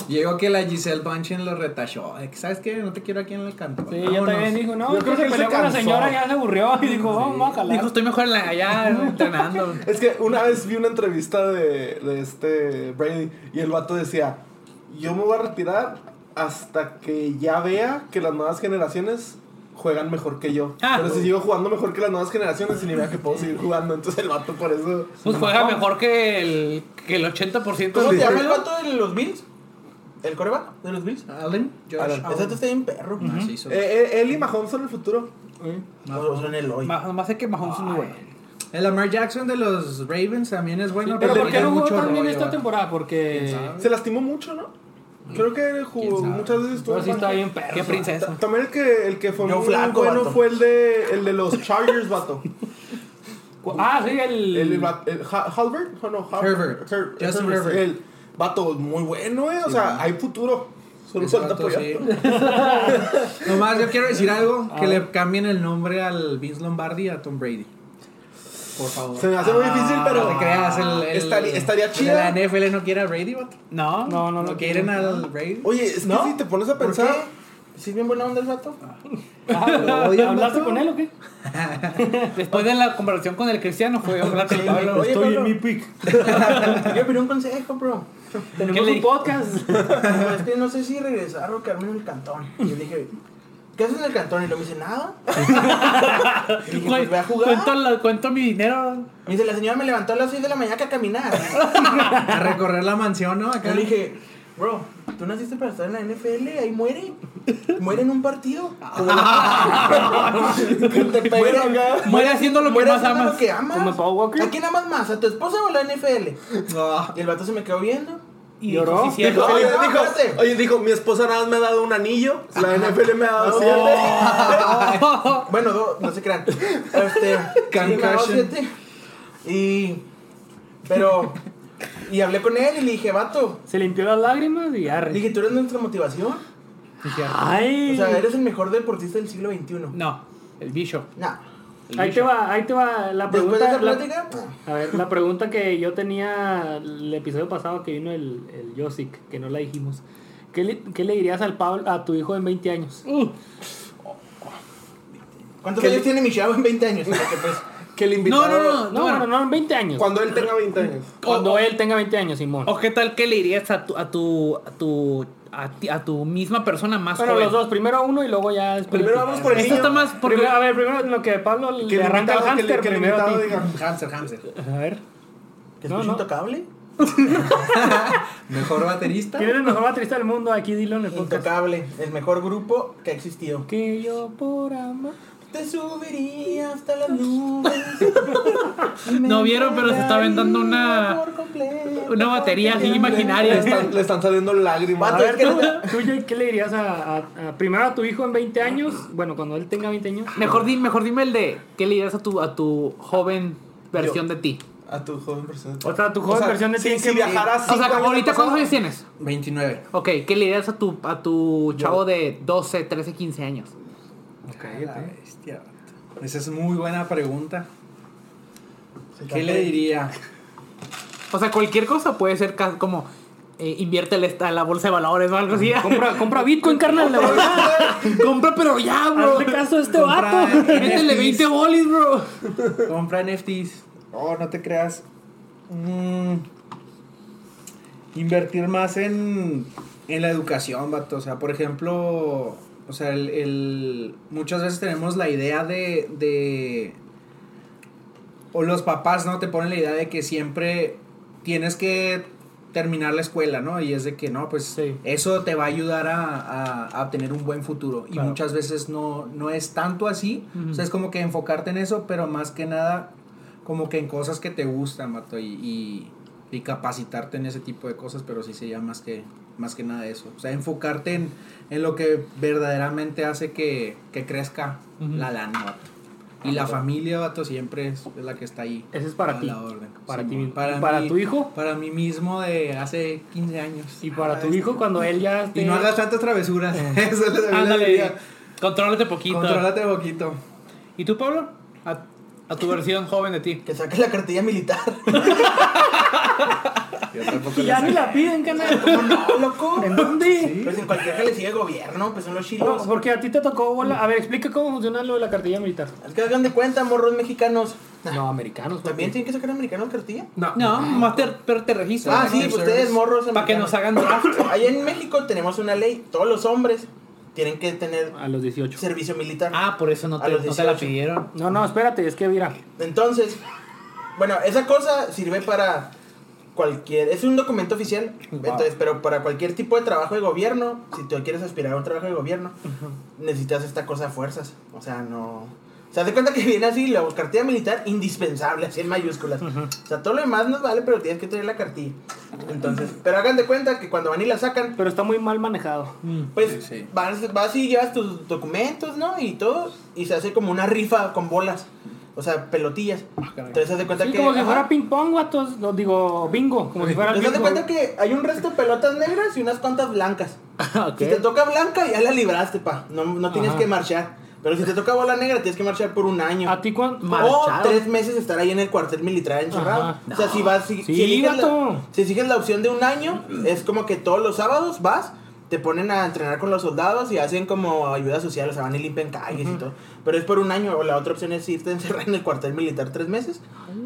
Speaker 6: Llegó que la Giselle Bunchen lo retachó. de que, ¿Sabes qué? No te quiero aquí en el canto.
Speaker 1: Sí,
Speaker 6: Vámonos.
Speaker 1: ella también dijo, no, es
Speaker 5: Yo
Speaker 1: que se
Speaker 5: creo que él se
Speaker 1: peleó con la
Speaker 5: cansó.
Speaker 1: señora, ya se aburrió y dijo, vamos, vamos a jalar.
Speaker 7: Dijo, estoy mejor en la, allá entrenando.
Speaker 5: Es que una vez vi una entrevista de, de este Brady y el vato decía, yo me voy a retirar hasta que ya vea que las nuevas generaciones juegan mejor que yo.
Speaker 7: Ah.
Speaker 5: Pero si sigo jugando mejor que las nuevas generaciones, y ni vea que puedo seguir jugando. Entonces el vato por eso...
Speaker 7: Pues juega mejor que el, que el 80%
Speaker 2: ¿Cómo
Speaker 7: de
Speaker 2: se llama el vato de los Bills? ¿El coreback de los Bills?
Speaker 6: Allen, Josh
Speaker 2: Ese
Speaker 6: Allen.
Speaker 2: vato está bien perro.
Speaker 6: Macizo.
Speaker 5: Eh, eh, él y Mahomes son el futuro.
Speaker 2: No, son el hoy.
Speaker 7: Más, más sé que Mahomes es muy bueno.
Speaker 6: El Lamar Jackson de los Ravens también es bueno,
Speaker 1: Pero ¿por
Speaker 6: tiene
Speaker 1: qué no jugó
Speaker 6: mucho
Speaker 1: tan bien
Speaker 6: rollo,
Speaker 1: esta
Speaker 6: vato.
Speaker 1: temporada? Porque...
Speaker 6: ¿Quién sabe?
Speaker 5: Se lastimó mucho, ¿no? Creo que jugó
Speaker 6: ¿Quién sabe?
Speaker 5: muchas veces. estuvo
Speaker 1: Pero sí
Speaker 5: en
Speaker 1: está
Speaker 5: banca.
Speaker 1: bien perro.
Speaker 7: Qué princesa.
Speaker 5: Ta- También el que, el que fue
Speaker 2: Yo
Speaker 5: muy
Speaker 2: flaco,
Speaker 5: bueno
Speaker 2: vato.
Speaker 5: fue el de, el de los Chargers, vato.
Speaker 1: Cu- Ah, sí, el...
Speaker 5: El, el, va- el Ha- Halbert, o no, Har-
Speaker 6: Herbert.
Speaker 5: Her-
Speaker 6: Justin Herbert.
Speaker 5: El vato muy bueno, eh. O sea, hay futuro. Solo
Speaker 6: Ese
Speaker 5: falta
Speaker 6: vato,
Speaker 5: apoyar.
Speaker 6: sí. Nomás yo quiero decir algo, que le cambien el nombre al Vince Lombardi a Tom Brady. Por favor.
Speaker 5: Se me hace muy difícil, pero.
Speaker 6: No te creas, el, el-
Speaker 5: Ah, Estaría- estaría
Speaker 6: el de
Speaker 5: chida.
Speaker 6: La NFL no quiere a Brady, vato.
Speaker 1: No,
Speaker 7: No,
Speaker 1: no
Speaker 6: No,
Speaker 1: lo
Speaker 6: quieren al Brady.
Speaker 5: Oye, es que
Speaker 2: ¿No?
Speaker 5: si te pones a
Speaker 2: ¿Por
Speaker 5: pensar.
Speaker 2: qué? ¿Sí es bien buena onda el vato?
Speaker 1: Ah,
Speaker 6: Lo odian,
Speaker 1: ¿Hablaste
Speaker 6: vato.
Speaker 1: con él o qué?
Speaker 7: Después de la comparación con el cristiano, fue hablar con Pablo.
Speaker 2: Oye, Pablo,
Speaker 1: pick.
Speaker 2: Te quiero pedir un consejo, bro.
Speaker 1: Tenemos un podcast.
Speaker 2: es que no sé si regresar o quedarme en el cantón. Y yo dije, ¿qué haces en el cantón? Y no me dice nada. Y dije, pues voy a
Speaker 7: Cuento,
Speaker 2: jugar.
Speaker 7: la- cuento mi dinero.
Speaker 2: Me dice, la señora me levantó a las 6 de la mañana a caminar.
Speaker 6: A recorrer la mansión, ¿no? Acá.
Speaker 2: Yo le dije, bro, tú naciste para estar en la NFL, ahí muere. Muere en un partido. Como la- Que te peguen
Speaker 5: Muere
Speaker 2: acá.
Speaker 7: Muere haciendo lo que
Speaker 2: Muere
Speaker 7: más
Speaker 2: haciendo
Speaker 7: amas.
Speaker 2: lo que amas.
Speaker 1: Como Paul Walker.
Speaker 2: ¿A quién amas más? ¿A tu esposa o a la NFL?
Speaker 6: No.
Speaker 2: Y el vato se me quedó viendo.
Speaker 7: Y
Speaker 1: Lloró.
Speaker 7: dijo, sí, cierto.
Speaker 5: Dijo,
Speaker 2: No,
Speaker 5: oye,
Speaker 2: no,
Speaker 5: dijo,
Speaker 2: espérate.
Speaker 5: oye, dijo, mi esposa nada más me ha dado un anillo. La NFL me ha dado siete.
Speaker 2: Bueno, do- no se crean. Este, sí,
Speaker 6: Concussion.
Speaker 2: me hago siete. Y. Pero. Y hablé con él y le dije, vato.
Speaker 1: Se limpió las lágrimas y
Speaker 2: Le
Speaker 1: arre.
Speaker 2: dije, tú eres nuestra motivación.
Speaker 1: Ay.
Speaker 2: O sea, eres el mejor deportista del siglo XXI. No.
Speaker 7: No, el bicho.
Speaker 1: Ahí te va, ahí te va la
Speaker 2: Después de
Speaker 1: pregunta.
Speaker 2: esa
Speaker 1: la-
Speaker 2: plática, pues,
Speaker 1: a ver, la pregunta que yo tenía el episodio pasado que vino el, el Josic, que no la dijimos. ¿Qué le, qué le dirías al Pablo, a tu hijo en 20 años?
Speaker 2: ¿cuántos
Speaker 5: ¿Qué
Speaker 2: años
Speaker 5: le-
Speaker 2: tiene mi chavo en 20 años? Porque, pues,
Speaker 5: Que el
Speaker 7: No,
Speaker 5: invitado.
Speaker 7: no, no.
Speaker 1: No,
Speaker 7: bueno.
Speaker 1: bueno, no, en 20 años.
Speaker 5: Cuando él tenga 20 años.
Speaker 1: Cuando él tenga 20 años, Simón.
Speaker 7: ¿O qué tal que le dirías a tu, a tu, a tu, a, ti- a tu misma persona más
Speaker 1: Bueno,
Speaker 7: joven.
Speaker 1: los dos, primero uno y luego ya después.
Speaker 5: Primero vamos por el
Speaker 7: Esto
Speaker 5: niño.
Speaker 7: está más porque
Speaker 1: Primero- a ver, primero lo que Pablo
Speaker 5: Que
Speaker 1: le
Speaker 5: el
Speaker 1: arranca al
Speaker 5: invitado- que el-
Speaker 1: hámster,
Speaker 5: que el
Speaker 1: primero a
Speaker 5: invitado
Speaker 1: ti.
Speaker 5: diga,
Speaker 6: Hamster, hamster.
Speaker 1: A ver,
Speaker 2: ¿Que es
Speaker 1: No,
Speaker 2: no,
Speaker 1: no.
Speaker 2: intocable?
Speaker 6: Mejor baterista.
Speaker 1: ¿quién es el mejor baterista del mundo? Aquí dilo en el podcast.
Speaker 2: Intocable, el mejor grupo que ha existido.
Speaker 1: Que yo por amor.
Speaker 2: Te subiría hasta las nubes.
Speaker 7: No vieron, pero se está aventando una-
Speaker 2: Por completo.
Speaker 7: una batería así
Speaker 5: Le
Speaker 7: imaginaria.
Speaker 5: están, le están saliendo lágrimas.
Speaker 1: A
Speaker 2: Vato,
Speaker 1: ver,
Speaker 2: es que
Speaker 1: tú,
Speaker 2: no-
Speaker 1: tú, Jake, ¿qué le dirías a, a- a- primero a tu hijo en 20 años? Bueno, cuando él tenga 20 años.
Speaker 7: Mejor, di, mejor dime el de qué le dirás a tu, a tu joven versión de ti.
Speaker 5: A tu joven persona.
Speaker 1: O sea, tu joven versión de ti
Speaker 5: si,
Speaker 1: en
Speaker 5: si
Speaker 1: que-
Speaker 6: Ah,
Speaker 5: viajaras
Speaker 7: O
Speaker 5: cinco
Speaker 7: sea, como
Speaker 5: años
Speaker 7: ahorita
Speaker 5: al
Speaker 7: ¿cuántos años
Speaker 5: pasado,
Speaker 7: tienes?
Speaker 6: 29.
Speaker 7: Ok, ¿qué le dirás a tu, a tu chavo de 12, 13, 15 años?
Speaker 6: Ah, la bestia, vato. Esa es muy buena pregunta. ¿Qué le diría?
Speaker 7: O sea, cualquier cosa puede ser ca- como eh, inviértele esta- la bolsa de valores o algo así.
Speaker 1: Compra, compra Bitcoin, carnal. la verdad.
Speaker 7: Compra, pero ya, bro.
Speaker 1: Hazle caso a este
Speaker 6: Compra
Speaker 1: vato.
Speaker 6: NFTs.
Speaker 7: Métele 20 bolis, bro.
Speaker 6: Compra NFTs. Oh, no te creas. Mm. Invertir más en, en la educación, vato. O sea, por ejemplo, o sea, el, el- muchas veces tenemos la idea de, de- O los papás, ¿no? Te ponen la idea de que siempre tienes que terminar la escuela, ¿no? Y es de que no, pues
Speaker 1: Sí.
Speaker 6: eso te va a ayudar a, a- a obtener un buen futuro. Y muchas veces no, no es tanto así. O sea, es como que enfocarte en eso, pero más que nada como que en cosas que te gustan, Mato, y, y, y capacitarte en ese tipo de cosas, pero sí sería más que, más que nada eso. O sea, enfocarte en, en lo que verdaderamente hace que, que crezca la lana, vato. Y la familia, vato, siempre es, es la que está ahí.
Speaker 1: Ese Ah, es para
Speaker 6: a
Speaker 1: ti.
Speaker 6: la orden.
Speaker 1: Para
Speaker 6: Sí,
Speaker 1: ti
Speaker 6: mo-
Speaker 1: mismo. ¿Y para tu hijo?
Speaker 6: Para mí mismo de hace 15 años.
Speaker 1: Y
Speaker 5: Ah,
Speaker 1: para tu hijo, eh, cuando él ya esté.
Speaker 6: Ah, Y no hagas tantas travesuras. Eso es lo que le
Speaker 7: Ándale.
Speaker 6: diría.
Speaker 7: Contrólate poquito.
Speaker 6: Contrólate poquito.
Speaker 7: ¿Y tú, Pablo? A, a tu versión joven de ti.
Speaker 2: Que saque la cartilla militar.
Speaker 6: Yo tampoco
Speaker 1: Y ya ni la piden, carnal.
Speaker 2: ¿Cómo no, loco?
Speaker 1: ¿En dónde?
Speaker 2: Pues en cualquier que le sigue el gobierno, pues son los
Speaker 1: No,
Speaker 2: chilos.
Speaker 1: porque a ti te tocó bola. A ver, explica cómo funciona lo de la cartilla militar.
Speaker 2: Es que hagan de cuenta, morros mexicanos.
Speaker 1: No, americanos.
Speaker 2: ¿También tienen que sacar americanos cartilla?
Speaker 7: No, más te, pero te registras.
Speaker 2: Ah, sí, pues ustedes morros
Speaker 7: Para que
Speaker 2: americanos.
Speaker 7: nos hagan draft.
Speaker 2: Allá en México tenemos una ley, todos los hombres tienen que tener
Speaker 1: A los 18.
Speaker 2: servicio militar.
Speaker 7: Ah, por eso no
Speaker 2: A
Speaker 7: te,
Speaker 2: los
Speaker 7: no te la
Speaker 2: 18.
Speaker 7: pidieron.
Speaker 1: No, no, espérate, es que mira.
Speaker 2: Entonces, bueno, esa cosa sirve para cualquier, es un documento oficial, entonces, pero para cualquier tipo de trabajo de gobierno, si tú quieres aspirar a un trabajo de gobierno, necesitas esta cosa a fuerzas, o sea, no... O sea, haz de cuenta que viene así la cartilla militar indispensable, así en mayúsculas. O sea, todo lo demás nos vale, pero tienes que tener la cartilla. Entonces, pero hagan de cuenta que cuando van y la sacan,
Speaker 1: Pero está muy mal manejado.
Speaker 2: Pues
Speaker 6: Sí, sí.
Speaker 2: Vas, vas y llevas tus documentos, ¿no? Y todo. Y se hace como una rifa con bolas. O sea, pelotillas.
Speaker 6: caray.
Speaker 2: Entonces se de cuenta
Speaker 1: Ah, Sí,
Speaker 2: que.
Speaker 1: como si
Speaker 2: ajá.
Speaker 1: fuera ping pong, guatos. No, digo, bingo. Como si fuera el
Speaker 2: Entonces, haz de
Speaker 1: bingo.
Speaker 2: cuenta que hay un resto de pelotas negras y unas cuantas blancas.
Speaker 7: Ok.
Speaker 2: Si te toca blanca, ya la libraste, pa. No, no tienes
Speaker 1: Ajá.
Speaker 2: que marchar. Pero si te toca bola negra, tienes que marchar por un año.
Speaker 1: A ti cuánto.
Speaker 2: O
Speaker 7: Marchado.
Speaker 2: Oh, tres meses estar ahí en el cuartel militar encerrado.
Speaker 1: Ajá.
Speaker 2: O sea, si vas, si,
Speaker 1: Sí,
Speaker 2: si eliges
Speaker 1: vato.
Speaker 2: la, si eliges la opción de un año, es como que todos los sábados vas, te ponen a entrenar con los soldados y hacen como ayuda social, o sea, van y limpian calles y todo. Pero es por un año, o la otra opción es irte a encerrar en el cuartel militar tres meses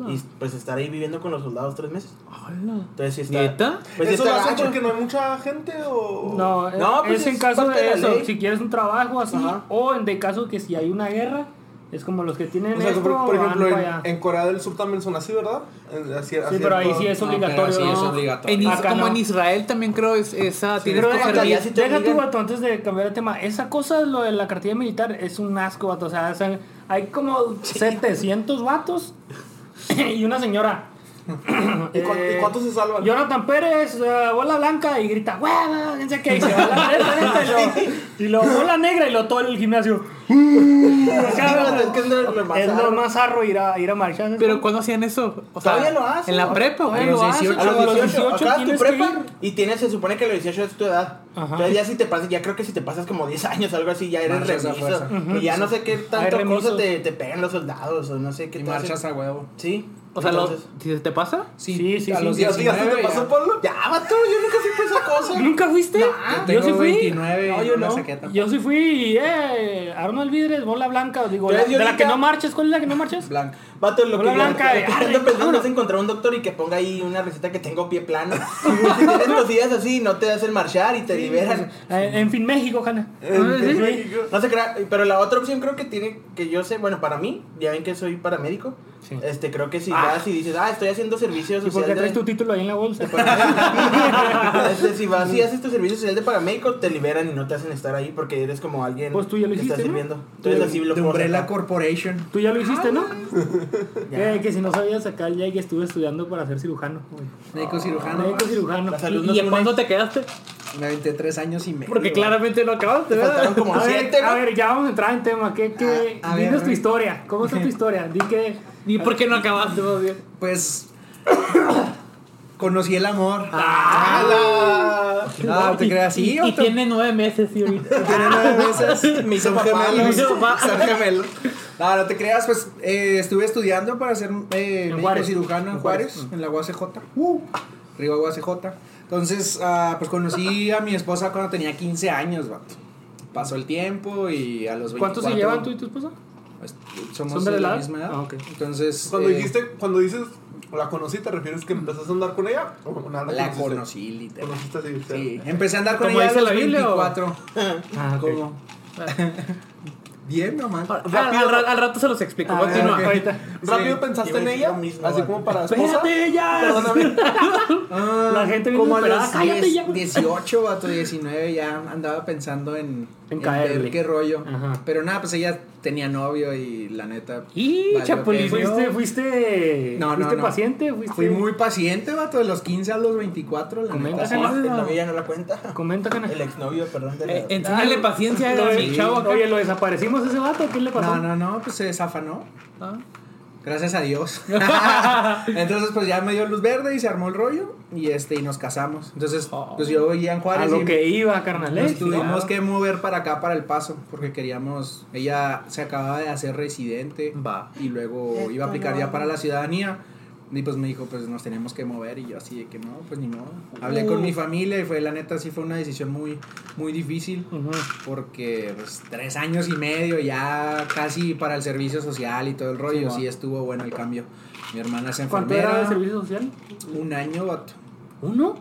Speaker 2: y pues estar ahí viviendo con los soldados tres meses. Entonces, si está.
Speaker 7: ¿Neta?
Speaker 2: Pues sí
Speaker 5: ¿Eso lo
Speaker 2: está
Speaker 5: hacen
Speaker 2: gacho.
Speaker 5: porque no hay mucha gente o...?
Speaker 1: No,
Speaker 2: No,
Speaker 1: es,
Speaker 2: pues
Speaker 1: es
Speaker 2: es
Speaker 1: en caso
Speaker 2: parte de
Speaker 1: de
Speaker 2: la
Speaker 1: eso.
Speaker 2: ley.
Speaker 1: Si quieres un trabajo así.
Speaker 2: Ajá.
Speaker 1: O en de caso que si hay una guerra. Es como los que tienen.
Speaker 5: O sea,
Speaker 1: esto,
Speaker 5: por, por
Speaker 1: van
Speaker 5: ejemplo,
Speaker 1: para allá.
Speaker 5: en, en Corea del Sur también son así, ¿verdad? En- así- así
Speaker 1: pero ahí
Speaker 5: todo.
Speaker 1: sí es
Speaker 6: No, pero
Speaker 1: obligatorio.
Speaker 6: sí es
Speaker 1: ¿no?
Speaker 6: obligatorio.
Speaker 7: En Is-
Speaker 1: Acá
Speaker 7: como
Speaker 1: no.
Speaker 7: en Israel también creo es esa. tienes
Speaker 1: Pero
Speaker 7: que
Speaker 1: deja,
Speaker 2: cuando
Speaker 7: servir.
Speaker 2: ya si te
Speaker 1: deja tú,
Speaker 2: obligan.
Speaker 1: vato, antes de cambiar de tema. Esa cosa, lo de la cartilla militar, es un asco, vato. O sea, son- hay como 700 vatos y una señora.
Speaker 5: ¿Y, cuán- y
Speaker 1: Eh,
Speaker 5: cuántos se salvan?
Speaker 1: Jonathan Pérez, eh, bola blanca y grita, ¡hueva! quién sabe qué, Y se va a la derecha, neta, y lo, y lo bola negra y lo todo el gimnasio. O sea,
Speaker 2: bueno, es que es lo- lo más
Speaker 1: es lo
Speaker 2: arro.
Speaker 1: más arro ir a, ir a marchar. ¿sabes
Speaker 7: Pero
Speaker 1: cómo?
Speaker 7: ¿cuándo hacían eso? O
Speaker 2: Todavía lo hacen,
Speaker 7: ¿En la
Speaker 2: ¿no?
Speaker 7: prepa o
Speaker 1: Todavía
Speaker 7: qué?
Speaker 1: lo
Speaker 7: Los
Speaker 1: hacen.
Speaker 2: A los
Speaker 1: A los
Speaker 2: 18,
Speaker 1: 18
Speaker 2: acabas tu
Speaker 1: tienes que
Speaker 2: prepa
Speaker 1: ir.
Speaker 2: y tienes, se supone que los 18 es tu edad.
Speaker 1: Ajá.
Speaker 2: Entonces ya si te pasas, ya creo que si te pasas como 10 años, algo así, ya eres
Speaker 6: Marchas a
Speaker 2: remiso.
Speaker 6: fuerza.
Speaker 2: Y ya no sé qué tanto
Speaker 1: remisos.
Speaker 2: cosa te, te pegan los soldados o no sé qué
Speaker 6: Y
Speaker 2: te hacen.
Speaker 6: marchas a huevo.
Speaker 2: Sí.
Speaker 7: O sea, los-
Speaker 2: entonces-
Speaker 7: si se te pasa.
Speaker 6: Sí,
Speaker 1: Sí, sí,
Speaker 6: a
Speaker 1: sí.
Speaker 6: los
Speaker 5: ¿Y a ti ya se
Speaker 6: 19
Speaker 5: te
Speaker 6: ya.
Speaker 5: pasó, Pablo?
Speaker 2: Ya, vato, yo nunca supe esa cosa.
Speaker 1: ¿Nunca fuiste?
Speaker 6: Yo
Speaker 1: Ah, yo
Speaker 6: tengo
Speaker 1: sí fui.
Speaker 6: 29
Speaker 2: No,
Speaker 6: y
Speaker 2: yo
Speaker 6: la
Speaker 2: no.
Speaker 6: saqué tampoco.
Speaker 1: Yo sí fui, y, eh, Arnold Vidres, bola blanca, digo,
Speaker 2: Pero
Speaker 1: la-
Speaker 2: es
Speaker 1: de la
Speaker 2: Yolita.
Speaker 1: que no marches, ¿cuál es la que no marches?
Speaker 6: Blanca.
Speaker 2: Vato, lo que
Speaker 1: Hola,
Speaker 2: yo-
Speaker 1: Blanca,
Speaker 2: lo que
Speaker 1: ay,
Speaker 2: ando pensando
Speaker 1: cabrón.
Speaker 2: es encontrar un doctor y que ponga ahí una receta que tengo pie plano. Y si tienes los días así, no te hacen marchar y te
Speaker 1: sí,
Speaker 2: liberan.
Speaker 1: pues, eh, en fin, México, ojalá.
Speaker 5: Eh,
Speaker 2: Entonces, No se crea, pero la otra opción creo que tiene, que yo sé, bueno, para mí, ya ven que soy paramédico,
Speaker 1: Sí.
Speaker 2: este, creo que si
Speaker 7: Ah.
Speaker 2: vas y dices, ah, estoy haciendo servicios
Speaker 1: ¿Y por qué traes tu título ahí en la bolsa?
Speaker 2: Este, si vas y haces tu servicio social de paramédico, te liberan y no te hacen estar ahí porque eres como alguien
Speaker 1: Pues tú ya lo
Speaker 2: que
Speaker 1: hiciste,
Speaker 2: está
Speaker 1: ¿no?
Speaker 2: sirviendo. Entonces así lo
Speaker 6: de
Speaker 2: puedo
Speaker 6: Umbrella
Speaker 2: sacar.
Speaker 6: Corporation.
Speaker 1: Tú ya lo hiciste, ¿no? Eh, que si no sabías sacar ya que estuve estudiando para ser cirujano. güey.
Speaker 6: Médico cirujano.
Speaker 1: Médico cirujano.
Speaker 2: La salud
Speaker 7: ¿Y,
Speaker 2: nos
Speaker 7: y a
Speaker 2: une.
Speaker 7: cuándo te quedaste?
Speaker 6: Me aventé tres años y medio.
Speaker 7: Porque claramente no acabaste,
Speaker 2: Faltaron
Speaker 7: ¿verdad?
Speaker 2: como
Speaker 1: A ver,
Speaker 2: siete, ¿no?
Speaker 1: a ver, ya vamos a entrar en tema. ¿Qué, qué?
Speaker 6: A- a
Speaker 1: Dinos
Speaker 6: ver, a
Speaker 1: tu
Speaker 6: ver.
Speaker 1: historia. ¿Cómo está tu historia? Di que.
Speaker 7: ¿Y por qué no acabaste, más bien?
Speaker 6: Pues. conocí el amor.
Speaker 5: Pues
Speaker 6: No, te
Speaker 7: Y-
Speaker 6: creas.
Speaker 7: y-
Speaker 6: Sí,
Speaker 7: Y,
Speaker 6: otro-
Speaker 7: tiene nueve meses, sí, ahorita.
Speaker 6: Tiene nueve meses.
Speaker 2: Me hizo
Speaker 6: Son
Speaker 2: papá,
Speaker 6: gemelos.
Speaker 7: me hizo papá.
Speaker 6: Son gemelos. No, no te creas, pues eh, estuve estudiando para ser eh, médico
Speaker 1: Juárez.
Speaker 6: cirujano en
Speaker 1: En
Speaker 6: Juárez, en la UACJ. Uh, arriba UACJ. Entonces, ah, pues conocí a mi esposa cuando tenía 15 años, vato. Pasó el tiempo y a los 24.
Speaker 1: ¿Cuánto se llevan tú y tu esposa?
Speaker 6: pues, somos
Speaker 1: ¿Son de
Speaker 6: de
Speaker 1: la
Speaker 6: la,
Speaker 1: edad?
Speaker 6: misma edad.
Speaker 1: Ah, ok.
Speaker 6: Entonces.
Speaker 5: Cuando
Speaker 6: eh,
Speaker 5: dijiste, cuando dices la conocí, ¿te refieres que empezaste a andar con ella? ¿O nada,
Speaker 6: La
Speaker 5: conociste?
Speaker 6: conocí, literal.
Speaker 5: Conociste así, o sea,
Speaker 6: Sí, empecé a andar con
Speaker 7: ¿Cómo
Speaker 6: ella a
Speaker 7: dice
Speaker 6: los
Speaker 7: la Biblia, o?
Speaker 6: 24.
Speaker 1: Ah, ok.
Speaker 6: ¿Cómo? Bien, nomás.
Speaker 7: Ah, Al, al- al rato se los explico.
Speaker 1: A ver,
Speaker 7: Continúa.
Speaker 1: Ah, ok.
Speaker 7: Ahorita.
Speaker 5: ¿Rápido
Speaker 6: Sí,
Speaker 5: pensaste
Speaker 2: iba a
Speaker 5: en
Speaker 2: decir
Speaker 5: ella?
Speaker 2: lo mismo,
Speaker 5: así
Speaker 2: vato.
Speaker 5: como para esposa.
Speaker 1: ¡Espérate ya!
Speaker 5: Perdóname.
Speaker 6: Ah,
Speaker 1: La gente viene
Speaker 6: como a
Speaker 1: desesperada,
Speaker 6: los
Speaker 1: "Cállate
Speaker 6: 10,
Speaker 1: ya".
Speaker 6: 18 vato, 19 ya andaba pensando en,
Speaker 1: En
Speaker 6: ver
Speaker 1: caerle.
Speaker 6: qué rollo.
Speaker 1: Ajá.
Speaker 6: Pero nada, pues ella tenía novio y la neta.
Speaker 1: Y
Speaker 6: valió
Speaker 1: Chapulín,
Speaker 6: queso.
Speaker 1: fuiste, fuiste,
Speaker 6: No, no,
Speaker 1: fuiste
Speaker 6: no.
Speaker 1: paciente, fuiste.
Speaker 6: Fui muy paciente, vato, de los 15 a los 24, la
Speaker 1: Comenta,
Speaker 6: neta.
Speaker 2: Así,
Speaker 1: Ah,
Speaker 2: el
Speaker 1: no.
Speaker 2: novio ya no la cuenta.
Speaker 1: Comenta, Jana.
Speaker 2: El exnovio, perdón. de la-
Speaker 7: Eh, enséñale
Speaker 1: Ah,
Speaker 7: paciencia
Speaker 1: Lo
Speaker 7: a
Speaker 1: de-
Speaker 7: mi chavo acá.
Speaker 1: Oye, ¿lo desaparecimos ese vato? ¿Qué le pasó?
Speaker 6: No, no, no, pues se desafanó.
Speaker 7: Ah.
Speaker 6: Gracias a Dios. Entonces, pues ya me dio luz verde y se armó el rollo. Y este, y nos casamos. Entonces, pues yo vivía en
Speaker 1: Oh. A
Speaker 6: Juárez.
Speaker 1: lo
Speaker 6: y
Speaker 1: que iba, carnal.
Speaker 6: Nos
Speaker 1: eh.
Speaker 6: tuvimos
Speaker 1: Ah.
Speaker 6: que mover para acá, para El Paso, porque queríamos. Ella se acababa de hacer residente
Speaker 7: Va.
Speaker 6: y luego iba a aplicar ya para la ciudadanía. Y pues me dijo, pues nos tenemos que mover. Y yo, así de que no, pues ni modo. Hablé con mi familia y fue, la neta, sí fue una decisión muy, muy difícil.
Speaker 1: Ujú.
Speaker 6: Porque, pues, tres años y medio ya casi para el servicio social y todo el rollo.
Speaker 1: va.
Speaker 6: Sí, estuvo bueno el cambio. Mi hermana es
Speaker 1: ¿Cuánto era
Speaker 6: enfermera.
Speaker 1: el servicio social?
Speaker 6: Un año, vato.
Speaker 1: ¿Uno?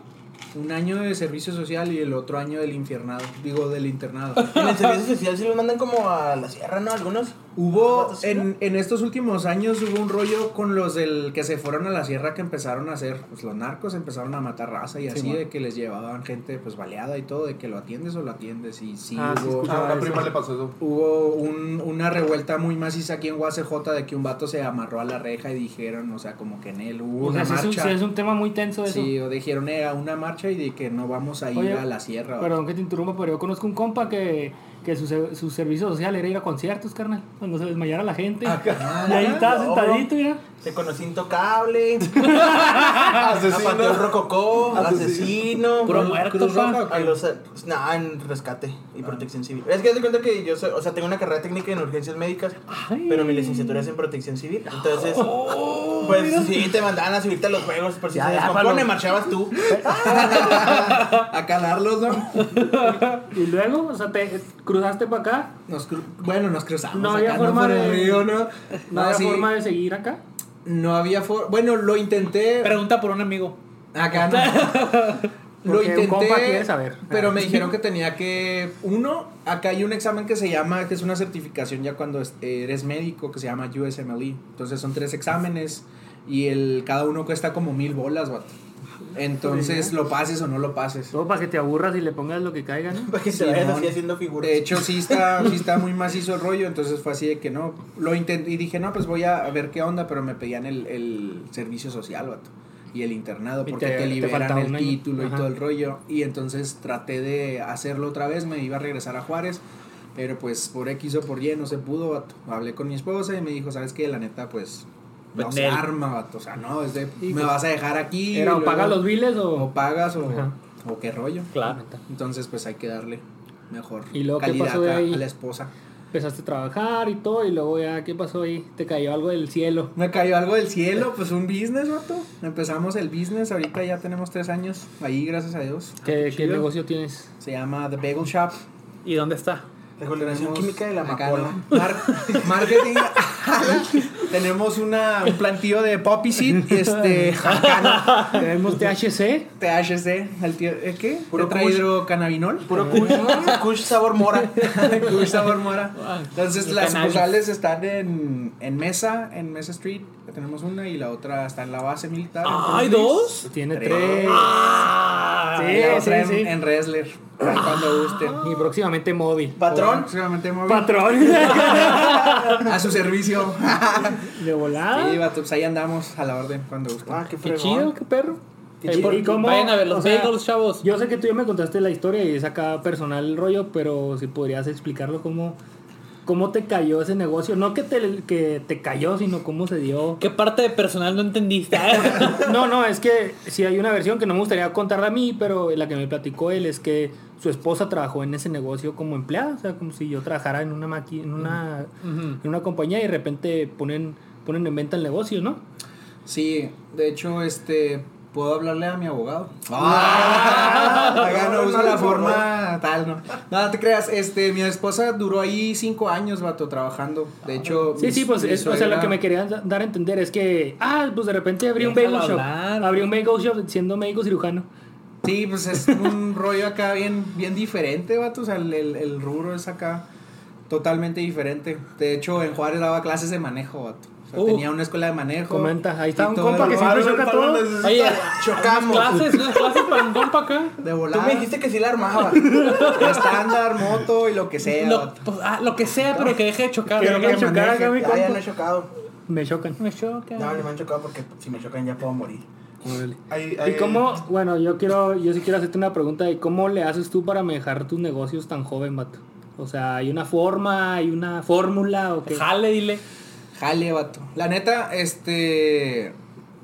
Speaker 6: Un año de servicio social y el otro año del infiernado. Digo, del internado.
Speaker 2: En el servicio social sí los mandan como a la sierra, ¿no? Algunos.
Speaker 6: Hubo,
Speaker 2: ¿Cuántos
Speaker 6: en, en estos últimos años hubo un rollo con los del que se fueron a la sierra que empezaron a hacer, pues los narcos empezaron a matar raza y así,
Speaker 1: bueno.
Speaker 6: de que les llevaban gente pues baleada y todo, de que lo atiendes o lo atiendes y sí
Speaker 1: Ah, sí,
Speaker 6: hubo...
Speaker 1: escuché.
Speaker 5: A una
Speaker 1: Eso.
Speaker 5: prima le pasó eso.
Speaker 6: Hubo un- una revuelta muy maciza aquí en UACJ de que un vato se amarró a la reja y dijeron, o sea, como que en él hubo
Speaker 1: O sea,
Speaker 6: una
Speaker 1: sí es un-
Speaker 6: marcha.
Speaker 1: sí es un tema muy tenso eso.
Speaker 6: Sí, o dijeron, era una marcha y de que no vamos a ir
Speaker 1: Oye,
Speaker 6: a la sierra.
Speaker 1: Perdón que te interrumpa, pero yo conozco un compa que, que su, se- su servicio social era ir a conciertos, carnal. Cuando se desmayara la gente.
Speaker 6: Ah,
Speaker 1: y ahí estaba
Speaker 2: no,
Speaker 1: sentadito, mira.
Speaker 2: Te conocí intocable.
Speaker 5: Asesino.
Speaker 2: A Panteón Rococó, asesino.
Speaker 7: Puro muerto,
Speaker 6: Cruz
Speaker 7: pa.
Speaker 6: Roja, ¿o qué?
Speaker 2: A los, nah, en rescate y protección civil. Es que haz de cuenta que yo, soy- o sea, tengo una carrera técnica en urgencias médicas, pero mi licenciatura es en protección civil. Entonces, pues sí, te mandaban a subirte a los juegos por si
Speaker 1: Ya,
Speaker 2: se
Speaker 1: ya,
Speaker 2: descompone,
Speaker 1: Pablo.
Speaker 2: marchabas tú.
Speaker 6: a calarlos, ¿no?
Speaker 1: Y luego, o sea, te cruzaste para acá.
Speaker 6: Nos cru- bueno, nos cruzamos.
Speaker 1: No
Speaker 6: acá,
Speaker 1: había forma
Speaker 6: Por el
Speaker 1: de-
Speaker 6: río, ¿no?
Speaker 1: No,
Speaker 6: No,
Speaker 1: había
Speaker 6: sí,
Speaker 1: forma de seguir acá.
Speaker 6: No había for- Bueno, lo intenté.
Speaker 7: Pregunta por un amigo.
Speaker 6: Acá no. Lo
Speaker 1: Porque un
Speaker 6: intenté,
Speaker 1: compa quiere saber.
Speaker 6: pero me dijeron que tenía que uno. Acá hay un examen que se llama, que es una certificación ya cuando es- eres médico, que se llama USMLE. E. Entonces son tres exámenes y el cada uno cuesta como mil bolas, vato.
Speaker 1: Ah,
Speaker 6: Entonces lo pases o no lo pases.
Speaker 1: Todo para que te aburras y le pongas lo que caiga, ¿no?
Speaker 2: Para que se vayas así haciendo figuras.
Speaker 6: De hecho, sí está, sí está muy macizo el rollo, entonces fue así de que no. Lo intenté y dije, no, pues voy a a ver qué onda, pero me pedían el, el servicio social, vato, Y el internado,
Speaker 1: Y
Speaker 6: porque
Speaker 1: te-
Speaker 6: te,
Speaker 1: te
Speaker 6: liberan
Speaker 1: faltaba un
Speaker 6: el
Speaker 1: año.
Speaker 6: título
Speaker 1: Ajá.
Speaker 6: y todo el rollo. Y entonces traté de hacerlo otra vez, me iba a regresar a Juárez, pero pues por X o por Y no se pudo, vato. Hablé con mi esposa y me dijo, ¿sabes qué? La neta, pues no
Speaker 7: Pues,
Speaker 6: se
Speaker 7: nel.
Speaker 6: arma, vato. O sea, no, es de, me vas a dejar aquí. y
Speaker 1: Era o
Speaker 6: luego
Speaker 1: pagas los biles
Speaker 6: o
Speaker 1: o.
Speaker 6: pagas o,
Speaker 1: Ajá.
Speaker 6: o qué rollo.
Speaker 7: Claro.
Speaker 6: Entonces, pues hay que darle mejor
Speaker 1: ¿Y luego qué
Speaker 6: calidad
Speaker 1: pasó de
Speaker 6: a,
Speaker 1: ahí?
Speaker 6: a la esposa.
Speaker 1: Empezaste a trabajar y todo, y luego ya, ¿qué pasó ahí? Te cayó algo del cielo.
Speaker 6: Me cayó algo del cielo, pues un business, vato. Empezamos el business, ahorita ya tenemos tres años ahí, gracias a Dios.
Speaker 1: ¿Qué, qué
Speaker 6: chido.
Speaker 1: negocio tienes?
Speaker 6: Se llama The Bagel Shop.
Speaker 7: ¿Y dónde está?
Speaker 2: Regulación
Speaker 6: Tenemos
Speaker 2: química de la
Speaker 6: acá,
Speaker 2: amapola.
Speaker 6: ¿no? Mar- marketing. tenemos una, un plantillo de poppy seed y este. jacano.
Speaker 1: Tenemos THC.
Speaker 6: THC, el tío, ¿eh, ¿qué?
Speaker 2: Puro kush.
Speaker 6: Tetrahidrocannabinol.
Speaker 2: Puro kush, kush sabor mora.
Speaker 6: Kush sabor mora. Entonces
Speaker 7: El
Speaker 6: las
Speaker 7: cannabis.
Speaker 6: sucursales están en, en Mesa, en Mesa Street, que tenemos una, y la otra está en la base militar. en
Speaker 7: ¿Hay
Speaker 6: Phoenix.
Speaker 7: dos?
Speaker 1: Tiene
Speaker 6: Tres.
Speaker 1: tres.
Speaker 7: Ah,
Speaker 6: Y la
Speaker 1: Sí,
Speaker 6: otra
Speaker 1: sí,
Speaker 6: en,
Speaker 1: sí. Ah.
Speaker 6: en Wrestler, para cuando gusten.
Speaker 1: Y próximamente móvil.
Speaker 2: Patrón.
Speaker 6: Próximamente móvil.
Speaker 1: Patrón.
Speaker 6: A su servicio.
Speaker 1: De volada.
Speaker 6: Sí, vato, pues ahí andamos a la orden cuando gusten.
Speaker 2: Ah, qué
Speaker 1: Qué
Speaker 2: fregón.
Speaker 1: chido, qué perro.
Speaker 2: Qué
Speaker 1: Eh,
Speaker 2: chido.
Speaker 1: ¿y cómo?
Speaker 7: Vayan a ver los
Speaker 1: O sea,
Speaker 7: bagels, chavos.
Speaker 1: Yo sé que tú ya me contaste la historia y es acá personal el rollo, pero si podrías explicarlo cómo, cómo te cayó ese negocio. No que te, que te cayó, sino cómo se dio.
Speaker 7: ¿Qué parte de personal no entendiste?
Speaker 1: No, no, es que si hay una versión que no me gustaría contarla a mí, pero la que me platicó él es que su esposa trabajó en ese negocio como empleada, o sea, como si yo trabajara en una maqui- en una,
Speaker 7: Ujú.
Speaker 1: en una compañía y de repente ponen, ponen en venta el negocio, ¿no?
Speaker 6: Sí, de hecho, este. Puedo hablarle a mi abogado.
Speaker 1: Ah.
Speaker 6: Ah, Acá no
Speaker 5: No,
Speaker 6: uso
Speaker 5: no,
Speaker 6: la
Speaker 5: por
Speaker 6: forma tal, no. No, no te creas, este, mi esposa duró ahí cinco años, vato, trabajando. De hecho,
Speaker 1: Sí,
Speaker 6: mi-
Speaker 1: sí, pues
Speaker 6: mi
Speaker 1: es, o sea, lo
Speaker 6: suegra-
Speaker 1: que me querían da- dar a entender es que, ah, pues de repente abrí un bagel
Speaker 7: Déjalo
Speaker 1: shop.
Speaker 7: hablar.
Speaker 1: Abrí un bagel shop siendo médico cirujano.
Speaker 6: Sí, pues es un rollo acá bien, bien diferente, vato. O sea, el, el- el rubro es acá totalmente diferente. De hecho, en Juárez daba clases de manejo, vato. O sea,
Speaker 7: Uh.
Speaker 6: tenía una escuela de manejo.
Speaker 1: Comenta, ahí está
Speaker 6: y
Speaker 1: un
Speaker 6: todo
Speaker 1: compa
Speaker 6: el
Speaker 1: que
Speaker 6: rollo
Speaker 1: siempre choca
Speaker 5: Pablo
Speaker 1: todo.
Speaker 5: necesita-
Speaker 7: Oye,
Speaker 5: Chocamos.
Speaker 7: clases, unas clases para un compa acá.
Speaker 6: De
Speaker 2: Tú
Speaker 6: volada.
Speaker 2: me dijiste que sí la armaba.
Speaker 6: estándar, moto y lo que sea,
Speaker 7: Lo,
Speaker 6: vato.
Speaker 7: pues, ah, lo que sea, pero que deje de chocar.
Speaker 1: Pero
Speaker 7: ¿no?
Speaker 1: que chocar acá mi
Speaker 2: Ya, ya no
Speaker 1: compa.
Speaker 2: he chocado.
Speaker 1: Me chocan.
Speaker 7: Me choca.
Speaker 2: No, no me han chocado porque si me chocan ya puedo morir.
Speaker 5: Ahí-
Speaker 1: ¿Y
Speaker 7: Eh,
Speaker 5: ahí-
Speaker 1: cómo? Bueno, yo quiero, yo sí quiero hacerte una pregunta de cómo le haces tú para manejar tus negocios tan joven, vato. O sea, ¿hay una forma, hay una fórmula o qué?
Speaker 7: Jale, dile.
Speaker 6: Jale, vato. La neta, este.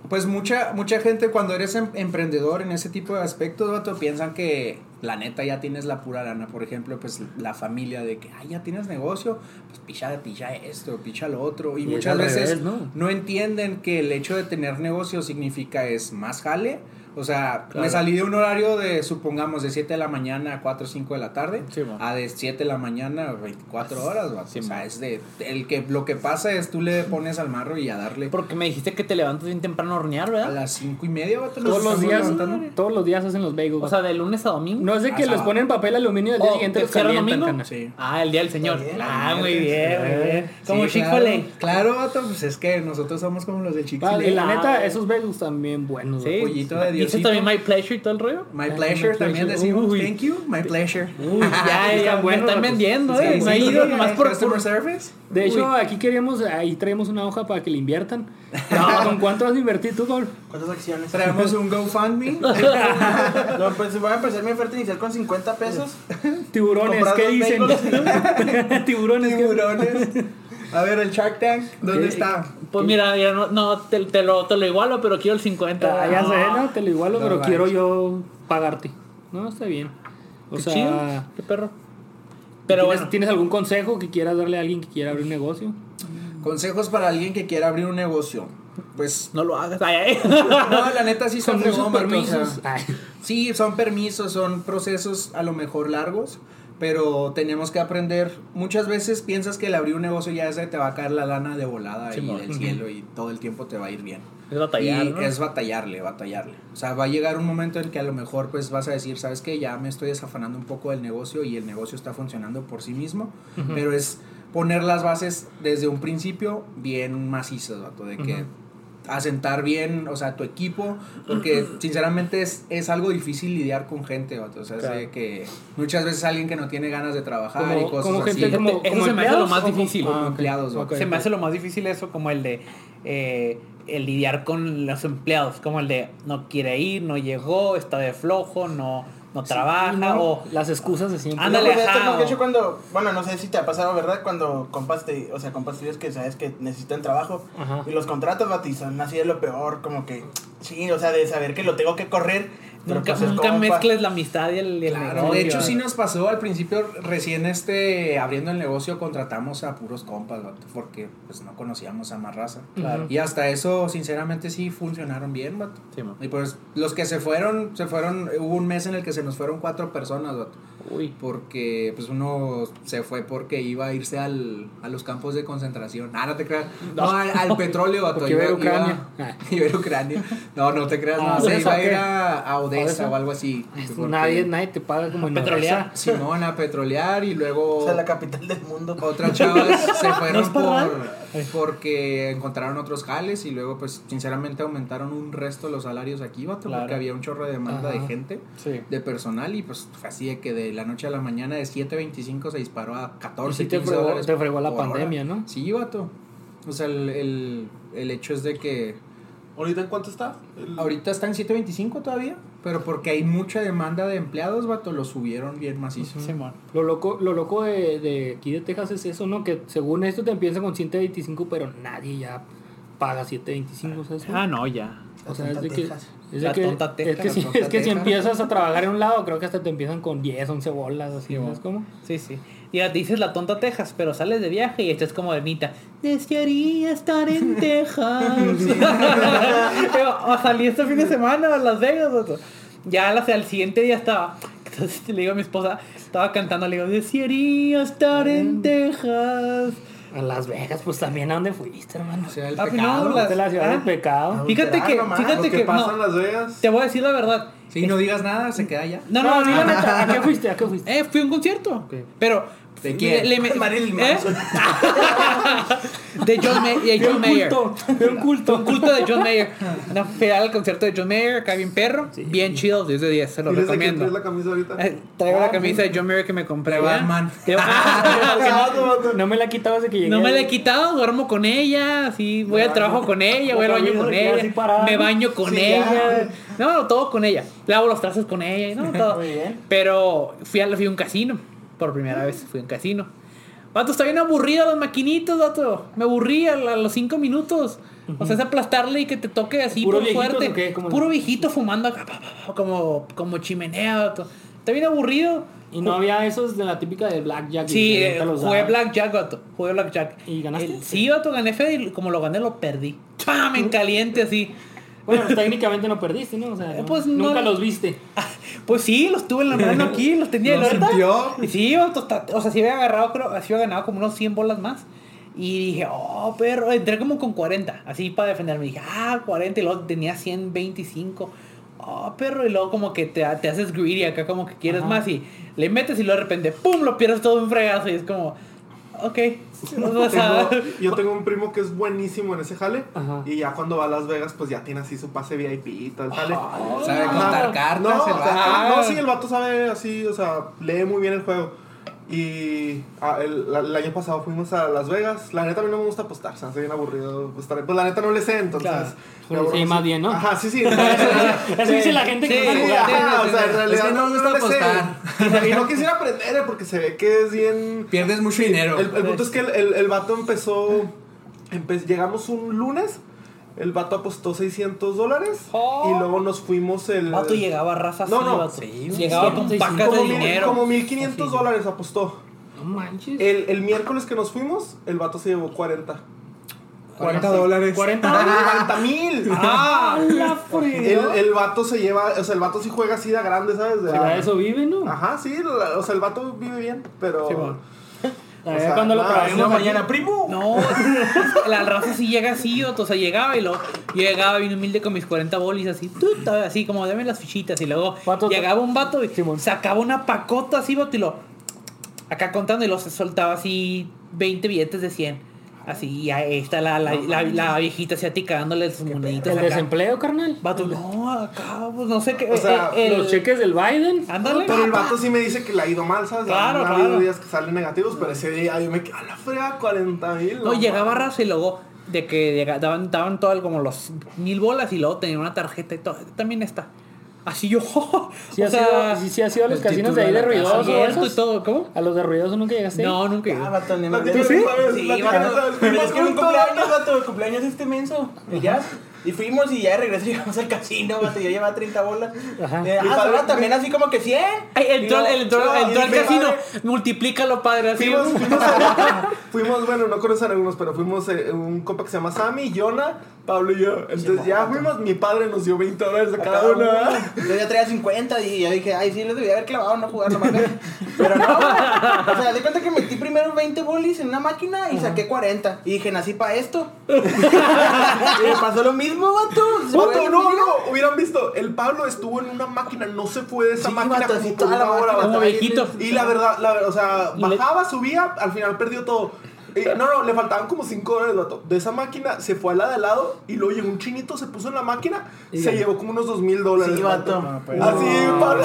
Speaker 6: Pues mucha, mucha gente cuando eres em- emprendedor en ese tipo de aspectos, vato, piensan que la neta ya tienes la pura lana. Por ejemplo, pues la familia de que, ay, ya tienes negocio, pues picha, picha esto, picha lo otro. Y,
Speaker 1: Y es
Speaker 6: muchas
Speaker 1: al
Speaker 6: veces
Speaker 1: revés, ¿no?
Speaker 6: ¿no? entienden que el hecho de tener negocio significa es más jale. O sea,
Speaker 7: Claro.
Speaker 6: me salí de un horario de, supongamos, de 7 de la mañana a 4 o 5 de la tarde,
Speaker 7: Sí, mo.
Speaker 6: a de 7 de la mañana a 24 horas, vato. o sea, es de, el que, lo que pasa es tú le pones al marro y a darle
Speaker 7: Porque me dijiste que te levantas bien temprano a hornear,
Speaker 6: a
Speaker 7: ¿verdad?
Speaker 6: las 5 y media, vato, nos
Speaker 1: Todos los
Speaker 6: estamos
Speaker 1: días,
Speaker 6: levantando.
Speaker 1: todos los días hacen los bagels.
Speaker 7: O
Speaker 1: vato.
Speaker 7: sea, de lunes a domingo.
Speaker 1: no es de que
Speaker 6: Ah,
Speaker 1: les
Speaker 6: sábado.
Speaker 1: ponen papel aluminio y al día
Speaker 7: Oh,
Speaker 1: siguente
Speaker 7: ¿te
Speaker 1: los
Speaker 7: cierran
Speaker 1: calientan.
Speaker 7: domingo?
Speaker 1: cana.
Speaker 6: Sí.
Speaker 7: Ah, el día del señor.
Speaker 2: Está bien,
Speaker 7: Ah,
Speaker 6: la
Speaker 7: muy
Speaker 6: neta,
Speaker 7: bien, muy bien. Como
Speaker 6: Sí,
Speaker 7: Chick-fil-A.
Speaker 6: Claro, claro, vato, pues es que nosotros somos como los de chick
Speaker 1: Vale, y la
Speaker 7: Ah,
Speaker 1: neta,
Speaker 7: güey.
Speaker 1: esos bagels también buenos.
Speaker 7: Sí.
Speaker 1: vato.
Speaker 6: Pollito de
Speaker 7: ¿Dice
Speaker 6: Diosito.
Speaker 7: también My Pleasure y todo el rollo?
Speaker 6: My
Speaker 1: Ah,
Speaker 6: pleasure
Speaker 1: my
Speaker 6: también
Speaker 1: pleasure.
Speaker 6: decimos.
Speaker 1: Uy.
Speaker 6: Thank you, my pleasure.
Speaker 7: Uy, ya, ya,
Speaker 1: Están
Speaker 7: me
Speaker 1: buenos,
Speaker 7: están
Speaker 1: pues.
Speaker 7: vendiendo, eh.
Speaker 6: Sí,
Speaker 7: Me he
Speaker 6: sí,
Speaker 7: ido
Speaker 6: sí,
Speaker 7: nomás por...
Speaker 6: customer
Speaker 7: por-
Speaker 6: service.
Speaker 1: De hecho,
Speaker 7: Uy.
Speaker 1: aquí queríamos, ahí traemos una hoja para que le inviertan. ¿Con cuánto has invertido tú, Paul?
Speaker 2: ¿Cuántas acciones?
Speaker 6: Traemos un GoFundMe.
Speaker 2: No, pues voy a empezar mi oferta inicial con 50 pesos.
Speaker 1: Tiburones,
Speaker 2: Comprar
Speaker 1: ¿qué
Speaker 2: dos
Speaker 1: dicen? Tiburones, ¿qué?
Speaker 6: Tiburones. A ver, el Shark Tank, ¿dónde está?
Speaker 7: Pues mira, ya no, no, te, te lo, te lo igualo, pero quiero el 50.
Speaker 1: Ah, ya
Speaker 7: No.
Speaker 1: sé, no, te lo igualo,
Speaker 6: No
Speaker 1: pero
Speaker 6: manches.
Speaker 1: quiero yo pagarte. No, está bien. O
Speaker 7: Qué
Speaker 1: sea,
Speaker 7: chido, qué perro. Pero
Speaker 1: ¿tienes,
Speaker 7: bueno,
Speaker 1: ¿tienes algún consejo que quieras darle a alguien que quiera abrir un negocio?
Speaker 6: Consejos para alguien que quiera abrir un negocio. Pues
Speaker 7: no lo hagas. Ay, ay.
Speaker 6: no, la neta sí son
Speaker 1: Con muchos
Speaker 6: fregón, vato, o
Speaker 1: permisos.
Speaker 6: sea,
Speaker 1: Ay,
Speaker 6: Sí, son permisos, son procesos a lo mejor largos, pero tenemos que aprender. Muchas veces piensas que el abrir un negocio ya es de te va a caer la lana de volada
Speaker 7: Sí,
Speaker 6: y
Speaker 7: mo.
Speaker 6: del cielo y todo el tiempo te va a ir bien.
Speaker 7: Es batallar,
Speaker 6: Y
Speaker 7: ¿no?
Speaker 6: es batallarle, batallarle. O sea, va a llegar un momento en que a lo mejor pues vas a decir, ¿sabes qué? Ya me estoy desafanando un poco del negocio y el negocio está funcionando por sí mismo, pero es poner las bases desde un principio bien macizas, vato, de que asentar bien, o sea, tu equipo, porque sinceramente es, es algo difícil lidiar con gente, vato, o sea, es de
Speaker 7: Claro.
Speaker 6: que muchas veces alguien que no tiene ganas de trabajar y
Speaker 1: Como,
Speaker 6: cosas
Speaker 1: como
Speaker 6: así.
Speaker 1: gente como,
Speaker 7: Fíjate, eso
Speaker 1: como
Speaker 7: se me hace lo
Speaker 1: empleados
Speaker 7: más
Speaker 1: o como-
Speaker 7: difícil.
Speaker 1: ok.
Speaker 6: Empleados, ok.
Speaker 7: Se me hace lo más difícil eso, como el de eh, el lidiar con los empleados, como el de no quiere ir, no llegó, está de flojo, no, no trabaja,
Speaker 1: No,
Speaker 7: o
Speaker 1: las excusas de siempre.
Speaker 7: Ándale,
Speaker 2: No, pues, esto es
Speaker 7: ajá,
Speaker 2: lo que he
Speaker 7: o-
Speaker 2: hecho cuando, bueno, no sé si te ha pasado, ¿verdad? Cuando compas te, o sea, compas tuyos que sabes que necesitan trabajo
Speaker 1: Ajá.
Speaker 2: y los contratos, vato, y son así de lo peor, como que, sí, o sea, de saber que lo tengo que correr Pero
Speaker 7: Nunca,
Speaker 2: pues es
Speaker 7: nunca
Speaker 2: compa.
Speaker 7: mezcles la amistad y el, y el
Speaker 6: Claro,
Speaker 7: negocio.
Speaker 6: de hecho sí nos pasó al principio, recién este, abriendo el negocio, contratamos a puros compas, vato, porque pues no conocíamos a más raza.
Speaker 7: Claro.
Speaker 6: Y hasta eso, sinceramente, sí funcionaron bien, vato.
Speaker 2: Sí, mo.
Speaker 6: Y pues los que se fueron, se fueron, hubo un mes en el que se nos fueron cuatro personas, vato,
Speaker 7: Uy.
Speaker 6: porque pues uno se fue porque iba a irse al, a los campos de concentración. Ah, no te creas. No, al, al petróleo, vato.
Speaker 1: Porque iba a Ucrania.
Speaker 6: iba- iba a Ucrania. No, no te creas,
Speaker 7: ¿A
Speaker 6: no, se
Speaker 7: Odessa
Speaker 6: iba
Speaker 7: o
Speaker 6: a ir
Speaker 7: qué?
Speaker 6: a, a Odessa
Speaker 1: ¿Odessa?
Speaker 6: o algo así. Pues, porque-
Speaker 1: Pues Nadie, nadie te paga como en
Speaker 7: Petrolear.
Speaker 1: Odessa.
Speaker 6: Simón a petrolear y luego
Speaker 2: O sea, la capital del mundo.
Speaker 6: otras chavas se
Speaker 7: ¿No
Speaker 6: fueron
Speaker 7: es parral?
Speaker 6: por, porque encontraron otros jales y luego pues sinceramente aumentaron un resto los salarios aquí, vato,
Speaker 7: Claro.
Speaker 6: porque había un chorro de demanda de
Speaker 7: Ajá.
Speaker 6: gente,
Speaker 7: Sí.
Speaker 6: de personal y pues fue así de que de la noche a la mañana de 7.25 se disparó a 14,
Speaker 1: Y sí te
Speaker 6: 15
Speaker 1: fregó-
Speaker 6: dólares
Speaker 1: te fregó la
Speaker 6: por hora.
Speaker 1: pandemia, ¿no?
Speaker 6: Sí, vato. O sea, el, el, el hecho es de que
Speaker 5: ¿Ahorita en cuánto está? El-
Speaker 6: ahorita está en 7.25 todavía, pero porque hay mucha demanda de empleados, vato, lo subieron bien macizo.
Speaker 7: Simón.
Speaker 1: Lo loco, lo loco de, de aquí de Texas es eso, ¿no? Que según esto te empiezan con 125, pero nadie ya paga 725, ¿sabes?
Speaker 7: Ah, no, ya.
Speaker 1: o sea, es de
Speaker 2: tonta
Speaker 1: que...
Speaker 2: Texas.
Speaker 1: Es, de
Speaker 7: La
Speaker 1: que,
Speaker 7: tonta
Speaker 1: es que,
Speaker 7: Texas,
Speaker 1: si,
Speaker 6: la tonta
Speaker 1: es que si
Speaker 6: Texas.
Speaker 1: empiezas a trabajar en un lado, creo que hasta te empiezan con 10, 11 bolas, así,
Speaker 7: Sí,
Speaker 1: ¿sabes
Speaker 7: bueno.
Speaker 1: cómo?
Speaker 7: Sí, sí. Y ahora te dices la tonta Texas, pero sales de viaje y estás como de mita. Desearía estar en Texas. Pero, o salí este fin de semana a Las Vegas. o sea, Ya al, al siguiente día estaba. Entonces le digo a mi esposa, estaba cantando, le digo, desearía estar en Texas.
Speaker 1: A Las Vegas, pues también a dónde fuiste, hermano.
Speaker 6: O sea, el
Speaker 7: Ah, pues, no,
Speaker 6: pecado.
Speaker 7: la-
Speaker 1: de la ciudad del
Speaker 7: ah.
Speaker 1: pecado.
Speaker 7: Fíjate que,
Speaker 5: Adulterar nomás,
Speaker 7: fíjate
Speaker 5: lo que,
Speaker 7: que,
Speaker 5: pasa en
Speaker 7: no,
Speaker 5: Las Vegas.
Speaker 7: te voy a decir la verdad.
Speaker 6: Sí, no digas nada, se queda allá.
Speaker 7: No, no, no,
Speaker 1: di la neta, ¿a qué fuiste? ¿A qué fuiste?
Speaker 7: Eh, fui a un concierto. Pero.
Speaker 6: ¿De
Speaker 7: le-
Speaker 6: quién?
Speaker 7: le me-
Speaker 2: Marilyn
Speaker 7: ¿Eh?
Speaker 2: Manson.
Speaker 7: De John, May- de
Speaker 1: Fue
Speaker 7: John
Speaker 1: un
Speaker 7: Mayer.
Speaker 1: culto, fue un culto.
Speaker 7: Un culto de John Mayer. No, fui al concierto de John Mayer, acá bien perro. Bien chido, 10 de 10, se lo
Speaker 5: ¿Y desde
Speaker 7: recomiendo.
Speaker 5: quién traes la camisa ahorita?
Speaker 7: Eh, traigo la camisa de John Mayer que me compré.
Speaker 6: De
Speaker 7: allá.
Speaker 6: Batman.
Speaker 7: De-
Speaker 1: No me la quitabas de que llegué.
Speaker 7: No me la he
Speaker 1: ahí.
Speaker 7: quitado, duermo con ella, sí, voy al trabajo con ella, voy al
Speaker 1: Otra
Speaker 7: baño
Speaker 1: vez,
Speaker 7: con
Speaker 1: que queda así
Speaker 7: ella,
Speaker 1: parada,
Speaker 7: me
Speaker 1: ¿no?
Speaker 7: baño con
Speaker 2: Sí,
Speaker 7: ella,
Speaker 2: ya.
Speaker 7: no, no, todo con ella, lavo los trazos con ella, no, todo.
Speaker 2: Muy bien.
Speaker 7: Pero fui a, fui a un casino, por primera vez fui a un casino. Vato, está bien aburrido los maquinitos, vato. Me aburrí a, la- a los cinco minutos. O sea, es aplastarle y que te toque así
Speaker 1: ¿Puro
Speaker 7: por
Speaker 1: viejitos
Speaker 7: suerte.
Speaker 1: o qué? ¿Cómo
Speaker 7: Puro
Speaker 1: no?
Speaker 7: viejito fumando acá, pa, pa, pa, como, como chimenea, vato. Está bien aburrido.
Speaker 1: Y no había esos de la típica de Blackjack.
Speaker 7: Sí,
Speaker 1: que
Speaker 7: eh,
Speaker 1: ahorita los
Speaker 7: jugué
Speaker 1: daban.
Speaker 7: Blackjack, vato. Jugué Blackjack.
Speaker 1: ¿Y ganaste?
Speaker 7: El- sí, vato, gané fe y como lo gané, lo perdí. ¡Pam! En caliente, así.
Speaker 1: Bueno, pues, técnicamente no perdiste, ¿no? O sea,
Speaker 7: Eh,
Speaker 1: no-
Speaker 7: pues, no-
Speaker 1: nunca los viste.
Speaker 7: Pues sí, los tuve en la mano aquí, los tenía
Speaker 6: ¿Lo
Speaker 7: en la
Speaker 6: sintió?
Speaker 7: Y sí, vato, está- o sea, sí había agarrado, creo, sí había ganado como unos 100 bolas más. Y dije, oh, perro, entré como con 40, así para defenderme. Dije, ah, 40, y luego tenía 125. Oh, perro, y luego como que te, te haces greedy acá, como que quieres
Speaker 1: Ajá.
Speaker 7: más y le metes y luego de repente, ¡pum! Lo pierdes todo un fregazo y es como, ok. O sea,
Speaker 5: Tengo- yo tengo un primo que es buenísimo en ese jale.
Speaker 1: Ajá.
Speaker 5: Y ya cuando va a Las Vegas, pues ya tiene así su pase VIP y todo el jale.
Speaker 6: Sabe Ah, contar cartas,
Speaker 5: No,
Speaker 6: el
Speaker 5: o sea,
Speaker 7: vato.
Speaker 5: no, sí, el vato sabe así, o sea, lee muy bien el juego. Y ah, el, la- el año pasado fuimos a Las Vegas. La neta a mí no me gusta apostar, se me hace bien aburrido apostar. Pues la neta no le sé, entonces.
Speaker 7: Claro.
Speaker 5: me aburro
Speaker 1: Sí,
Speaker 5: mucho.
Speaker 1: más bien, ¿no?
Speaker 5: Ajá, sí, sí. sí, sí,
Speaker 1: Eso dice la gente que
Speaker 7: sí,
Speaker 1: no sabe jugar.
Speaker 7: sí,
Speaker 5: ajá,
Speaker 7: sí,
Speaker 5: o sea,
Speaker 7: sí.
Speaker 5: en realidad
Speaker 6: Es que no me gusta
Speaker 5: le sé.
Speaker 6: apostar.
Speaker 5: Y no quisiera aprender eh, porque se ve que es bien
Speaker 6: Pierdes mucho dinero.
Speaker 5: el, el punto es que el, el- el vato empezó. empe- llegamos un lunes. El vato apostó 600 dólares.
Speaker 7: Oh.
Speaker 5: Y luego nos fuimos el.
Speaker 1: Ah,
Speaker 7: vato llegaba raza
Speaker 5: No,
Speaker 7: así,
Speaker 5: no,
Speaker 7: vato.
Speaker 6: sí,
Speaker 7: llegaba con
Speaker 1: 165.
Speaker 7: pacas de
Speaker 5: como, mil-
Speaker 7: dinero.
Speaker 5: como 1500 dólares apostó.
Speaker 1: No manches.
Speaker 5: El, el miércoles que nos fuimos, el vato se llevó 40.
Speaker 6: 40 dólares.
Speaker 1: 40
Speaker 5: 40 mil.
Speaker 1: ¡Ah! ¡La
Speaker 5: El,
Speaker 1: fregada!
Speaker 5: el vato se lleva. O sea, el vato sí juega así de grande, ¿sabes? De-
Speaker 1: Para eso vive, ¿no?
Speaker 7: Ah,
Speaker 5: Ajá, sí. la- o sea, el vato vive bien, pero.
Speaker 1: Sí, bueno. A
Speaker 5: o
Speaker 1: ver,
Speaker 5: sea,
Speaker 7: ah,
Speaker 1: cuando lo
Speaker 5: no,
Speaker 1: trabajemos
Speaker 5: no,
Speaker 1: aquí.
Speaker 2: mañana, primo.
Speaker 7: No, la raza sí llega así, vato, o sea, llegaba y lo yo llegaba bien humilde con mis 40 bolis así, tut, así como dame las fichitas y luego
Speaker 1: Vato,
Speaker 7: llegaba un vato y
Speaker 1: Simón.
Speaker 7: sacaba una pacota así, vato, y lo acá contando y los soltaba así 20 billetes de 100. Así, y ahí está la, la, la, la viejita asiática dándole sus monitos
Speaker 1: El
Speaker 7: acá.
Speaker 1: desempleo, carnal.
Speaker 7: Vato, no, acá, pues, no sé qué.
Speaker 5: O sea,
Speaker 7: eh, eh,
Speaker 1: Los cheques del Biden.
Speaker 7: Ándale.
Speaker 5: Pero el vato sí me dice que le ha ido mal, ¿sabes?
Speaker 7: Claro,
Speaker 5: Han habido
Speaker 7: claro.
Speaker 5: días que salen negativos, pero ese día yo me quedé a la frea 40 mil.
Speaker 7: No, llegaba raza y luego de que llega- daban, daban todo el- como los mil bolas y luego tenía una tarjeta y todo. También está. Así yo.
Speaker 1: Sí,
Speaker 7: o
Speaker 1: ha
Speaker 7: sea,
Speaker 1: sido, sí, sí ha sido a los
Speaker 6: el
Speaker 1: casinos de ahí de
Speaker 6: título de la casa,
Speaker 1: ruidosos.
Speaker 7: abierto y
Speaker 1: esos.
Speaker 7: todo. ¿Cómo?
Speaker 1: A los de ruidosos nunca llegaste. ahí?
Speaker 7: No, nunca.
Speaker 2: Ah,
Speaker 7: llegué.
Speaker 2: vato, ni
Speaker 5: La
Speaker 2: me
Speaker 5: que
Speaker 2: acuerdo.
Speaker 5: tú sí?
Speaker 2: Sí,
Speaker 5: La que
Speaker 2: vato.
Speaker 5: tú sabes,
Speaker 2: Pero
Speaker 5: primo,
Speaker 2: es que era un
Speaker 5: punto, vato.
Speaker 2: cumpleaños, vato, el cumpleaños de este menso. ¿Y ya? Y fuimos y ya de regreso llegamos al casino, vato. Yo llevaba 30 bolas.
Speaker 1: Ajá.
Speaker 2: Eh, mi
Speaker 5: Ah,
Speaker 2: padre
Speaker 5: sí.
Speaker 2: también así como que 100.
Speaker 7: Ay,
Speaker 2: Y
Speaker 7: entró,
Speaker 2: luego-
Speaker 7: entró-
Speaker 2: no,
Speaker 7: entró
Speaker 2: y
Speaker 7: al
Speaker 2: mi
Speaker 7: casino.
Speaker 2: padre-
Speaker 7: Multiplícalo, padre. Así.
Speaker 5: Fuimos, fuimos, a- fuimos, bueno, no conocen algunos, pero fuimos eh, un compa que se llama Sammy, Jonah, Pablo y yo. Entonces ya fuimos, mi padre nos dio 20 dólares a cada uno. ¿verdad?
Speaker 2: Yo ya traía 50 y yo dije, ay, sí, les debía haber clavado, no jugar nomás. Pero no, güey. o sea, de cuenta que metí primero 20 bolis en una máquina y saqué 40. Y dije, nací para esto. y me pasó lo mismo, vato. Se
Speaker 5: Vato,
Speaker 2: fue el
Speaker 5: no,
Speaker 2: dinero.
Speaker 5: no, hubieran visto, el Pablo estuvo en una máquina, no se fue de esa
Speaker 2: Sí,
Speaker 5: máquina
Speaker 2: vato,
Speaker 5: como
Speaker 2: así
Speaker 5: por
Speaker 2: toda la
Speaker 5: una hora,
Speaker 2: máquina.
Speaker 5: vato.
Speaker 7: Como viejito.
Speaker 5: Y la verdad, la, verdad, o sea,
Speaker 7: Y le-
Speaker 5: bajaba, subía, al final perdió todo. Y, no, no, le faltaban como 5 dólares, vato. De esa máquina se fue a la de al lado y luego llegó un chinito, se puso en la máquina, se llevó como unos 2 mil dólares.
Speaker 2: Sí, vato.
Speaker 5: pues. Así, Pablo.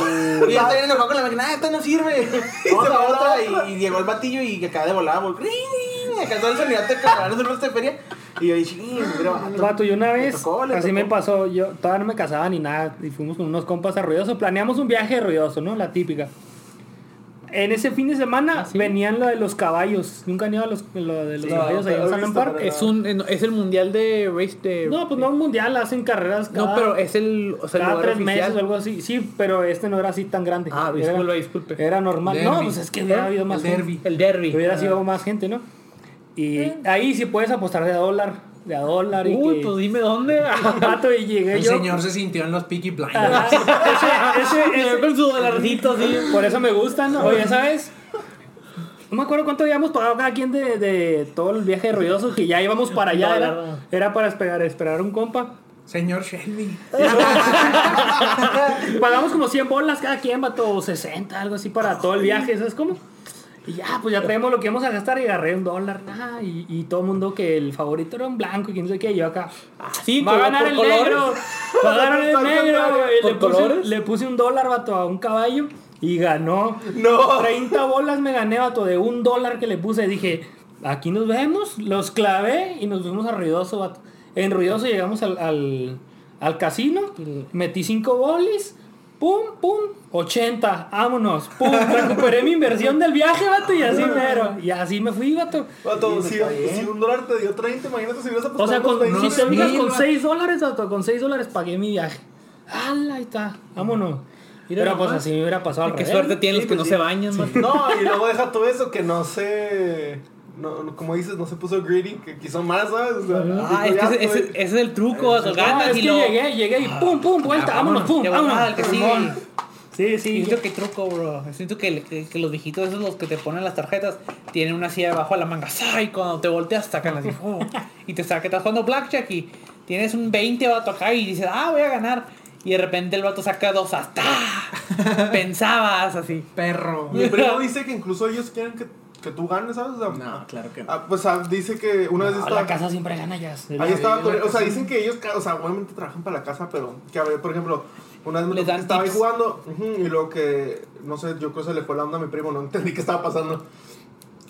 Speaker 2: Y yo también enojado con la máquina, ah, esta no sirve. Y se
Speaker 5: va la
Speaker 2: otra
Speaker 5: otra.
Speaker 2: y, y llegó el batillo y que acaba de volar, vol- ring, ring, acá todo el sonido te cagaron de de feria. Y yo dije, mira, vato.
Speaker 1: Vato, yo una vez,
Speaker 2: tocó, le
Speaker 1: así
Speaker 2: tocó.
Speaker 1: me pasó, yo todavía no me casaba ni nada, y fuimos con unos compas a Ruidoso, planeamos un viaje de Ruidoso, ¿no? La típica. En ese fin de
Speaker 7: ¿Ah,
Speaker 1: semana venían lo de los caballos, nunca han ido a los, lo de los
Speaker 5: Sí,
Speaker 1: caballos
Speaker 5: no,
Speaker 1: allá
Speaker 5: lo
Speaker 1: en
Speaker 5: he
Speaker 1: San
Speaker 5: visto,
Speaker 1: Park.
Speaker 5: pero
Speaker 7: Es, un, es el mundial de race de.
Speaker 1: No, pues no un mundial, hacen carreras cada,
Speaker 7: No, pero es el. O sea, el
Speaker 1: cada
Speaker 7: lugar
Speaker 1: tres
Speaker 7: oficial.
Speaker 1: meses o algo así. Sí, pero este no era así tan grande.
Speaker 7: Ah, disculpa, disculpe.
Speaker 1: Era, era normal. No,
Speaker 6: Derby.
Speaker 1: pues es que hubiera habido más gente.
Speaker 6: derby.
Speaker 7: El derby. Ah.
Speaker 1: Hubiera sido más gente, ¿no? Y ahí sí puedes apostar de a dólar, de a dólar. y
Speaker 7: Uy,
Speaker 1: que-
Speaker 7: pues dime dónde.
Speaker 1: Vato, y llegué
Speaker 6: El
Speaker 1: yo.
Speaker 6: señor se sintió en los Peaky Blinders.
Speaker 1: Ajá. ese, ese, ese-
Speaker 7: Con su dolarcito, sí.
Speaker 1: por eso me gustan, ¿no? Oye, ¿sabes? No me acuerdo cuánto habíamos pagado cada quien de, de todo el viaje ruidoso que ya íbamos para allá. Era,
Speaker 7: Dólar.
Speaker 1: era para esperar, esperar un compa.
Speaker 6: Señor Shelby.
Speaker 1: Pagamos como 100 bolas cada quien, vato, o 60, algo así para todo el viaje, ¿sabes cómo? Y ya, pues ya traemos lo que íbamos a gastar y agarré un dólar, ah, y, y todo el mundo que el favorito era un blanco y quién sabe qué, y yo acá.
Speaker 7: Ah, Sí,
Speaker 1: Va a
Speaker 7: pero
Speaker 1: ganar
Speaker 7: por
Speaker 1: el
Speaker 7: colores.
Speaker 1: negro. Va a ganar el negro, güey.
Speaker 7: ¿Por
Speaker 1: Le puse,
Speaker 7: colores?
Speaker 1: le puse un dólar, vato, a un caballo y ganó.
Speaker 5: No.
Speaker 1: 30 bolas me gané, vato, de un dólar que le puse. Dije, aquí nos vemos. Los clavé y nos fuimos a Ruidoso, vato. En Ruidoso llegamos al, al, al casino. Metí 5 bolis. Pum, pum, 80, vámonos, pum, recuperé mi inversión del viaje, vato, y así mero, y así me fui, vato.
Speaker 5: Vato, si, si un dólar te dio 30, imagínate si hubieras apostado
Speaker 1: O sea, con,
Speaker 5: unos
Speaker 1: si
Speaker 5: 20.
Speaker 1: te fijas,
Speaker 6: mil,
Speaker 1: con
Speaker 6: va.
Speaker 1: 6 dólares, vato, con 6 dólares pagué mi viaje. ¡Hala! Ahí está. Vámonos. Pero pues
Speaker 7: nomás.
Speaker 1: así me hubiera pasado al
Speaker 7: Qué
Speaker 1: revés.
Speaker 7: suerte tienen
Speaker 5: Sí,
Speaker 7: los que
Speaker 5: pues
Speaker 7: no
Speaker 5: sí.
Speaker 7: se bañan, man.
Speaker 5: No, y luego deja todo eso que no se. No, no, como dices, no se puso greedy, que quiso más, ¿sabes? O sea,
Speaker 7: Ah, es
Speaker 5: dijo, ya,
Speaker 7: que ese, ese-
Speaker 5: pues,
Speaker 7: ese es el truco, o sea,
Speaker 1: No,
Speaker 7: ganas
Speaker 1: es
Speaker 7: y
Speaker 1: que
Speaker 7: lo...
Speaker 1: llegué, llegué y pum, pum, vuelta, vámonos, pum,
Speaker 7: de volada,
Speaker 1: vámonos.
Speaker 7: el que sigue.
Speaker 1: Sí, sí.
Speaker 7: Siento que truco, bro. Siento que, que, que los viejitos esos los que te ponen las tarjetas tienen una silla debajo de la manga. ¡Ay! Cuando te volteas sacan así. ¡oh! Y te saca, estás jugando blackjack y tienes un 20 vato acá y dices, ah, voy a ganar. Y de repente el vato saca dos hasta. Pensabas así.
Speaker 6: Perro.
Speaker 5: Mi
Speaker 7: eh.
Speaker 5: primo dice que incluso ellos quieren que, que tú ganes, ¿sabes? O sea,
Speaker 6: No, claro que no.
Speaker 5: ah, pues ah, dice que una vez
Speaker 1: Ah,
Speaker 5: estaba.
Speaker 1: la casa siempre gana ya. es-
Speaker 5: Ahí estaba
Speaker 6: la
Speaker 5: con él. O sea,
Speaker 6: casa.
Speaker 5: dicen que ellos, ca- o sea, obviamente trabajan para la casa, pero que a ver, por ejemplo, una vez me
Speaker 7: Les
Speaker 5: tocó que
Speaker 7: dan
Speaker 5: estaba ahí
Speaker 7: tips.
Speaker 5: jugando ujú, y luego que, no sé, yo creo que se le fue la onda a mi primo, no entendí qué estaba pasando.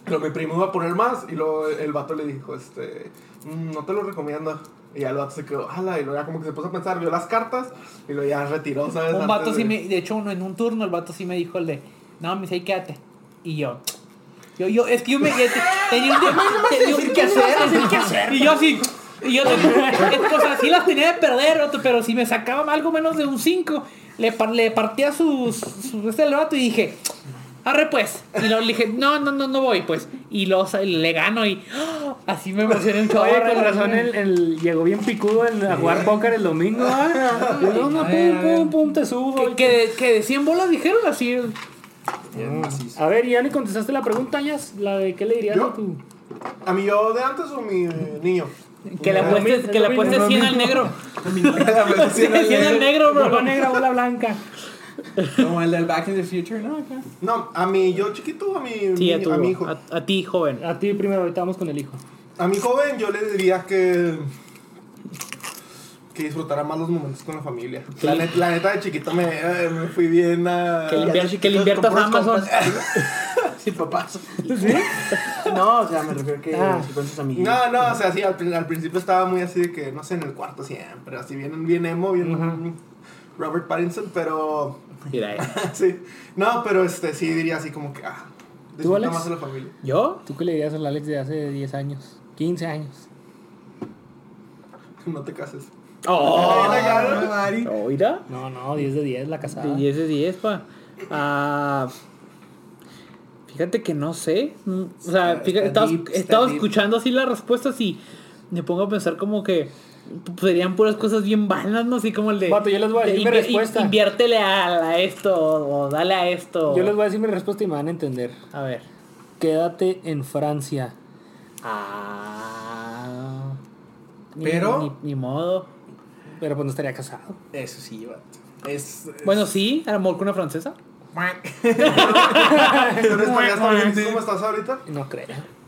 Speaker 5: Pero mi primo iba a poner más y luego el vato le dijo, este, "Mm, no te lo recomiendo. Y ya el vato se quedó, ala, y luego ya como que se puso a pensar, vio las cartas y luego ya retiró, ¿sabes?
Speaker 7: Un
Speaker 5: Antes
Speaker 7: vato sí
Speaker 5: de-
Speaker 7: me. De hecho, uno en un turno, el vato sí me dijo el de. No, me dice, ahí quédate. Y yo. Yo, yo, es que yo me. te- tenía un. tenía un- Y yo así. Y yo tenía. O sea, sí las tenía de perder, vato, pero si me sacaban algo menos de un 5, le, par- le partía sus. su este del vato y dije. Arre pues. Y luego le dije, no, no, no, no voy, pues. Y luego sa- le gano y. ¡ah! Así me emocioné un chorro.
Speaker 1: Oye, con razón, el, el- llegó bien picudo en- a jugar póker el domingo. ah. Y luego, no,
Speaker 6: A ver,
Speaker 1: pum,
Speaker 6: a ver.
Speaker 1: pum, pum, te subo.
Speaker 7: Que, que, de- que de 100 bolas dijeron así.
Speaker 1: A ver, ya ni contestaste la pregunta, ya. La de qué le dirías
Speaker 5: ¿Yo?
Speaker 1: a tu.
Speaker 5: ¿A mi yo de antes o mi eh, niño?
Speaker 7: Que le
Speaker 1: Pues,
Speaker 7: apuestes, que le apuestes 100 al negro.
Speaker 6: Tiene
Speaker 7: Tiene el negro, bro.
Speaker 1: Bola negra, bola blanca.
Speaker 6: Como el del Back in the Future, ¿no? Acá.
Speaker 5: No, a mi yo chiquito o a mi,
Speaker 7: Sí,
Speaker 5: niño-
Speaker 7: a, tu-
Speaker 5: a mi hijo.
Speaker 7: a- a ti, joven.
Speaker 1: A ti primero, ahorita vamos con el hijo.
Speaker 5: A mi joven yo le diría que que disfrutara más los momentos con la familia. La, net- la neta de chiquito me, eh, me fui bien a...
Speaker 7: Que le
Speaker 5: a-
Speaker 7: inviertas, que le inviertas a Amazon.
Speaker 2: Sin papás. No, o sea, me refiero que
Speaker 1: Ah.
Speaker 2: si con sus amiguitos.
Speaker 5: No, no, o sea, sí, al, pri- al principio estaba muy así de que, no sé, en el cuarto siempre, así bien, bien emo, bien Robert Pattinson, pero...
Speaker 7: Mira, eh.
Speaker 5: sí, no, pero este, sí diría así como que, ah, disfruta
Speaker 1: Alex?
Speaker 5: más de la familia.
Speaker 7: ¿Yo?
Speaker 1: ¿Tú qué le dirías al Alex de hace 10 años? 15 años.
Speaker 5: No te cases.
Speaker 7: Oh,
Speaker 6: Ah, Ay,
Speaker 7: Oira.
Speaker 1: No, no, 10 de 10 la casada.
Speaker 7: De 10 de 10, pa. Ah, fíjate que no sé. Mm, O sea,
Speaker 6: Está-
Speaker 7: fíjate,
Speaker 6: está
Speaker 7: estaba,
Speaker 6: deep, está
Speaker 7: estaba
Speaker 6: deep.
Speaker 7: escuchando así las respuestas y me pongo a pensar como que serían puras cosas bien vanas, ¿no? Así como el de.
Speaker 1: Vato, yo les voy a
Speaker 7: de
Speaker 1: decir mi
Speaker 7: invi- in-
Speaker 1: respuesta.
Speaker 7: Inviértele a, a esto o dale a esto.
Speaker 1: Yo les voy a decir mi respuesta y me van a entender.
Speaker 7: A ver.
Speaker 1: Quédate en Francia.
Speaker 7: Ah. Ni-
Speaker 6: Pero-
Speaker 7: Ni, ni modo.
Speaker 1: Pero pues no estaría casado.
Speaker 6: Eso sí, vato. Es.
Speaker 7: Bueno, sí, a lo mejor con una francesa.
Speaker 5: ¿Pero estarías también como estás ahorita?
Speaker 1: No creo.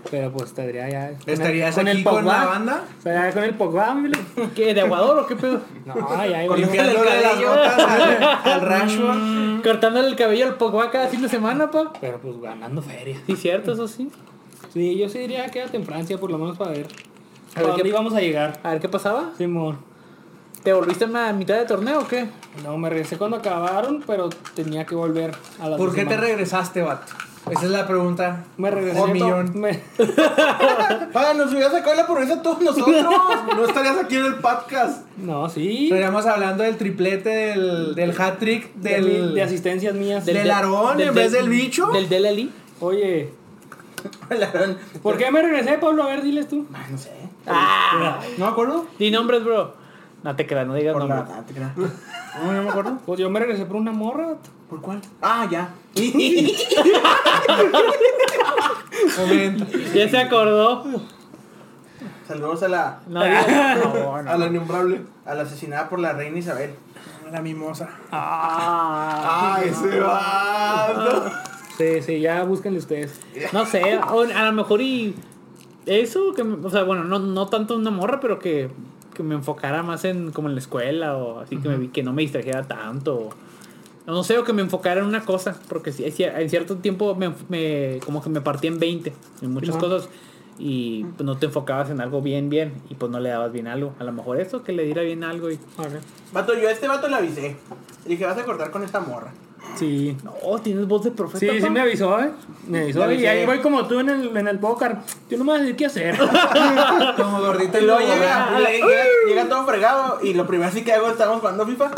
Speaker 1: Pero pues estaría ya. con el-
Speaker 6: ¿Estarías aquí con la banda?
Speaker 1: Estaría con el Pogba, mi lo-
Speaker 7: ¿Qué? ¿De aguador o qué pedo?
Speaker 1: No, ya iba.
Speaker 6: Limpiándole las botas al, al Rashford.
Speaker 1: Mm.
Speaker 7: Cortándole el cabello al Pogba cada fin de semana, pa.
Speaker 1: Pero pues ganando feria.
Speaker 7: Sí, cierto, eso sí.
Speaker 1: Sí, yo sí diría quédate en Francia por lo menos para ver. A
Speaker 7: A ver
Speaker 1: ver
Speaker 7: qué-
Speaker 1: dónde íbamos a llegar.
Speaker 7: A ver qué pasaba.
Speaker 1: Simón.
Speaker 7: ¿Te volviste a la mitad de torneo o qué?
Speaker 1: No, me regresé cuando acabaron, pero tenía que volver a la
Speaker 6: ¿Por qué te regresaste, vato? Esa es la pregunta.
Speaker 1: Me regresé.
Speaker 6: Un
Speaker 1: to-
Speaker 6: millón.
Speaker 1: me-
Speaker 2: Ah, nos hubiera sacado la pobreza a todos nosotros.
Speaker 5: No estarías aquí en el podcast.
Speaker 1: No, sí.
Speaker 6: Estaríamos hablando del triplete, del, del hat-trick,
Speaker 1: De, mi-
Speaker 6: del...
Speaker 1: de asistencias mías.
Speaker 6: Del Aarón en vez del bicho.
Speaker 7: Del E. del Ali.
Speaker 1: Oye. ¿Por qué me regresé, Pablo? A ver, diles tú.
Speaker 7: Ah,
Speaker 6: ¿No me acuerdo?
Speaker 7: di nombres, bro. No te creas, no digas
Speaker 6: Por
Speaker 7: nombres.
Speaker 6: la... No, no me acuerdo.
Speaker 1: Pues yo me regresé por una morra. vato.
Speaker 6: ¿Por cuál?
Speaker 2: Ah, ya.
Speaker 6: Momento.
Speaker 7: Ya se acordó.
Speaker 2: Saludos a la,
Speaker 7: No, digas- no,
Speaker 2: a
Speaker 7: no.
Speaker 2: la innombrable, a la asesinada por la reina Isabel.
Speaker 6: La mimosa.
Speaker 5: Ah, ese va.
Speaker 1: Sí, sí, ya búsquenle ustedes.
Speaker 7: No sé, o a lo mejor y eso, que, me- o sea, bueno, no, no tanto una morra, pero que, que me enfocara más en como en la escuela o así que, me vi- que no me distrajera tanto. o- o no sé, o que me enfocara en una cosa, porque sí, sí, en cierto tiempo me, enf- me- como que me partí en 20, en muchas
Speaker 1: Simón.
Speaker 7: cosas, y pues, no te enfocabas en algo bien, bien, y pues no le dabas bien algo. A lo mejor eso, que le diera bien algo y...
Speaker 2: Vato, yo a este vato le avisé. Le dije, vas a cortar con esta morra.
Speaker 1: Sí.
Speaker 7: No, tienes voz de
Speaker 6: Pues,
Speaker 7: profeta.
Speaker 1: Sí, sí
Speaker 7: pa.
Speaker 1: me avisó, ¿eh? Me avisó.
Speaker 2: Le
Speaker 1: y ahí
Speaker 2: avisé.
Speaker 1: voy como tú en el, en el póker. Yo no me voy a decir qué hacer.
Speaker 6: Como gordita
Speaker 2: Y
Speaker 6: y
Speaker 2: luego
Speaker 6: luego
Speaker 2: llega, le- llega, llega todo fregado y lo primero así que hago, estamos jugando FIFA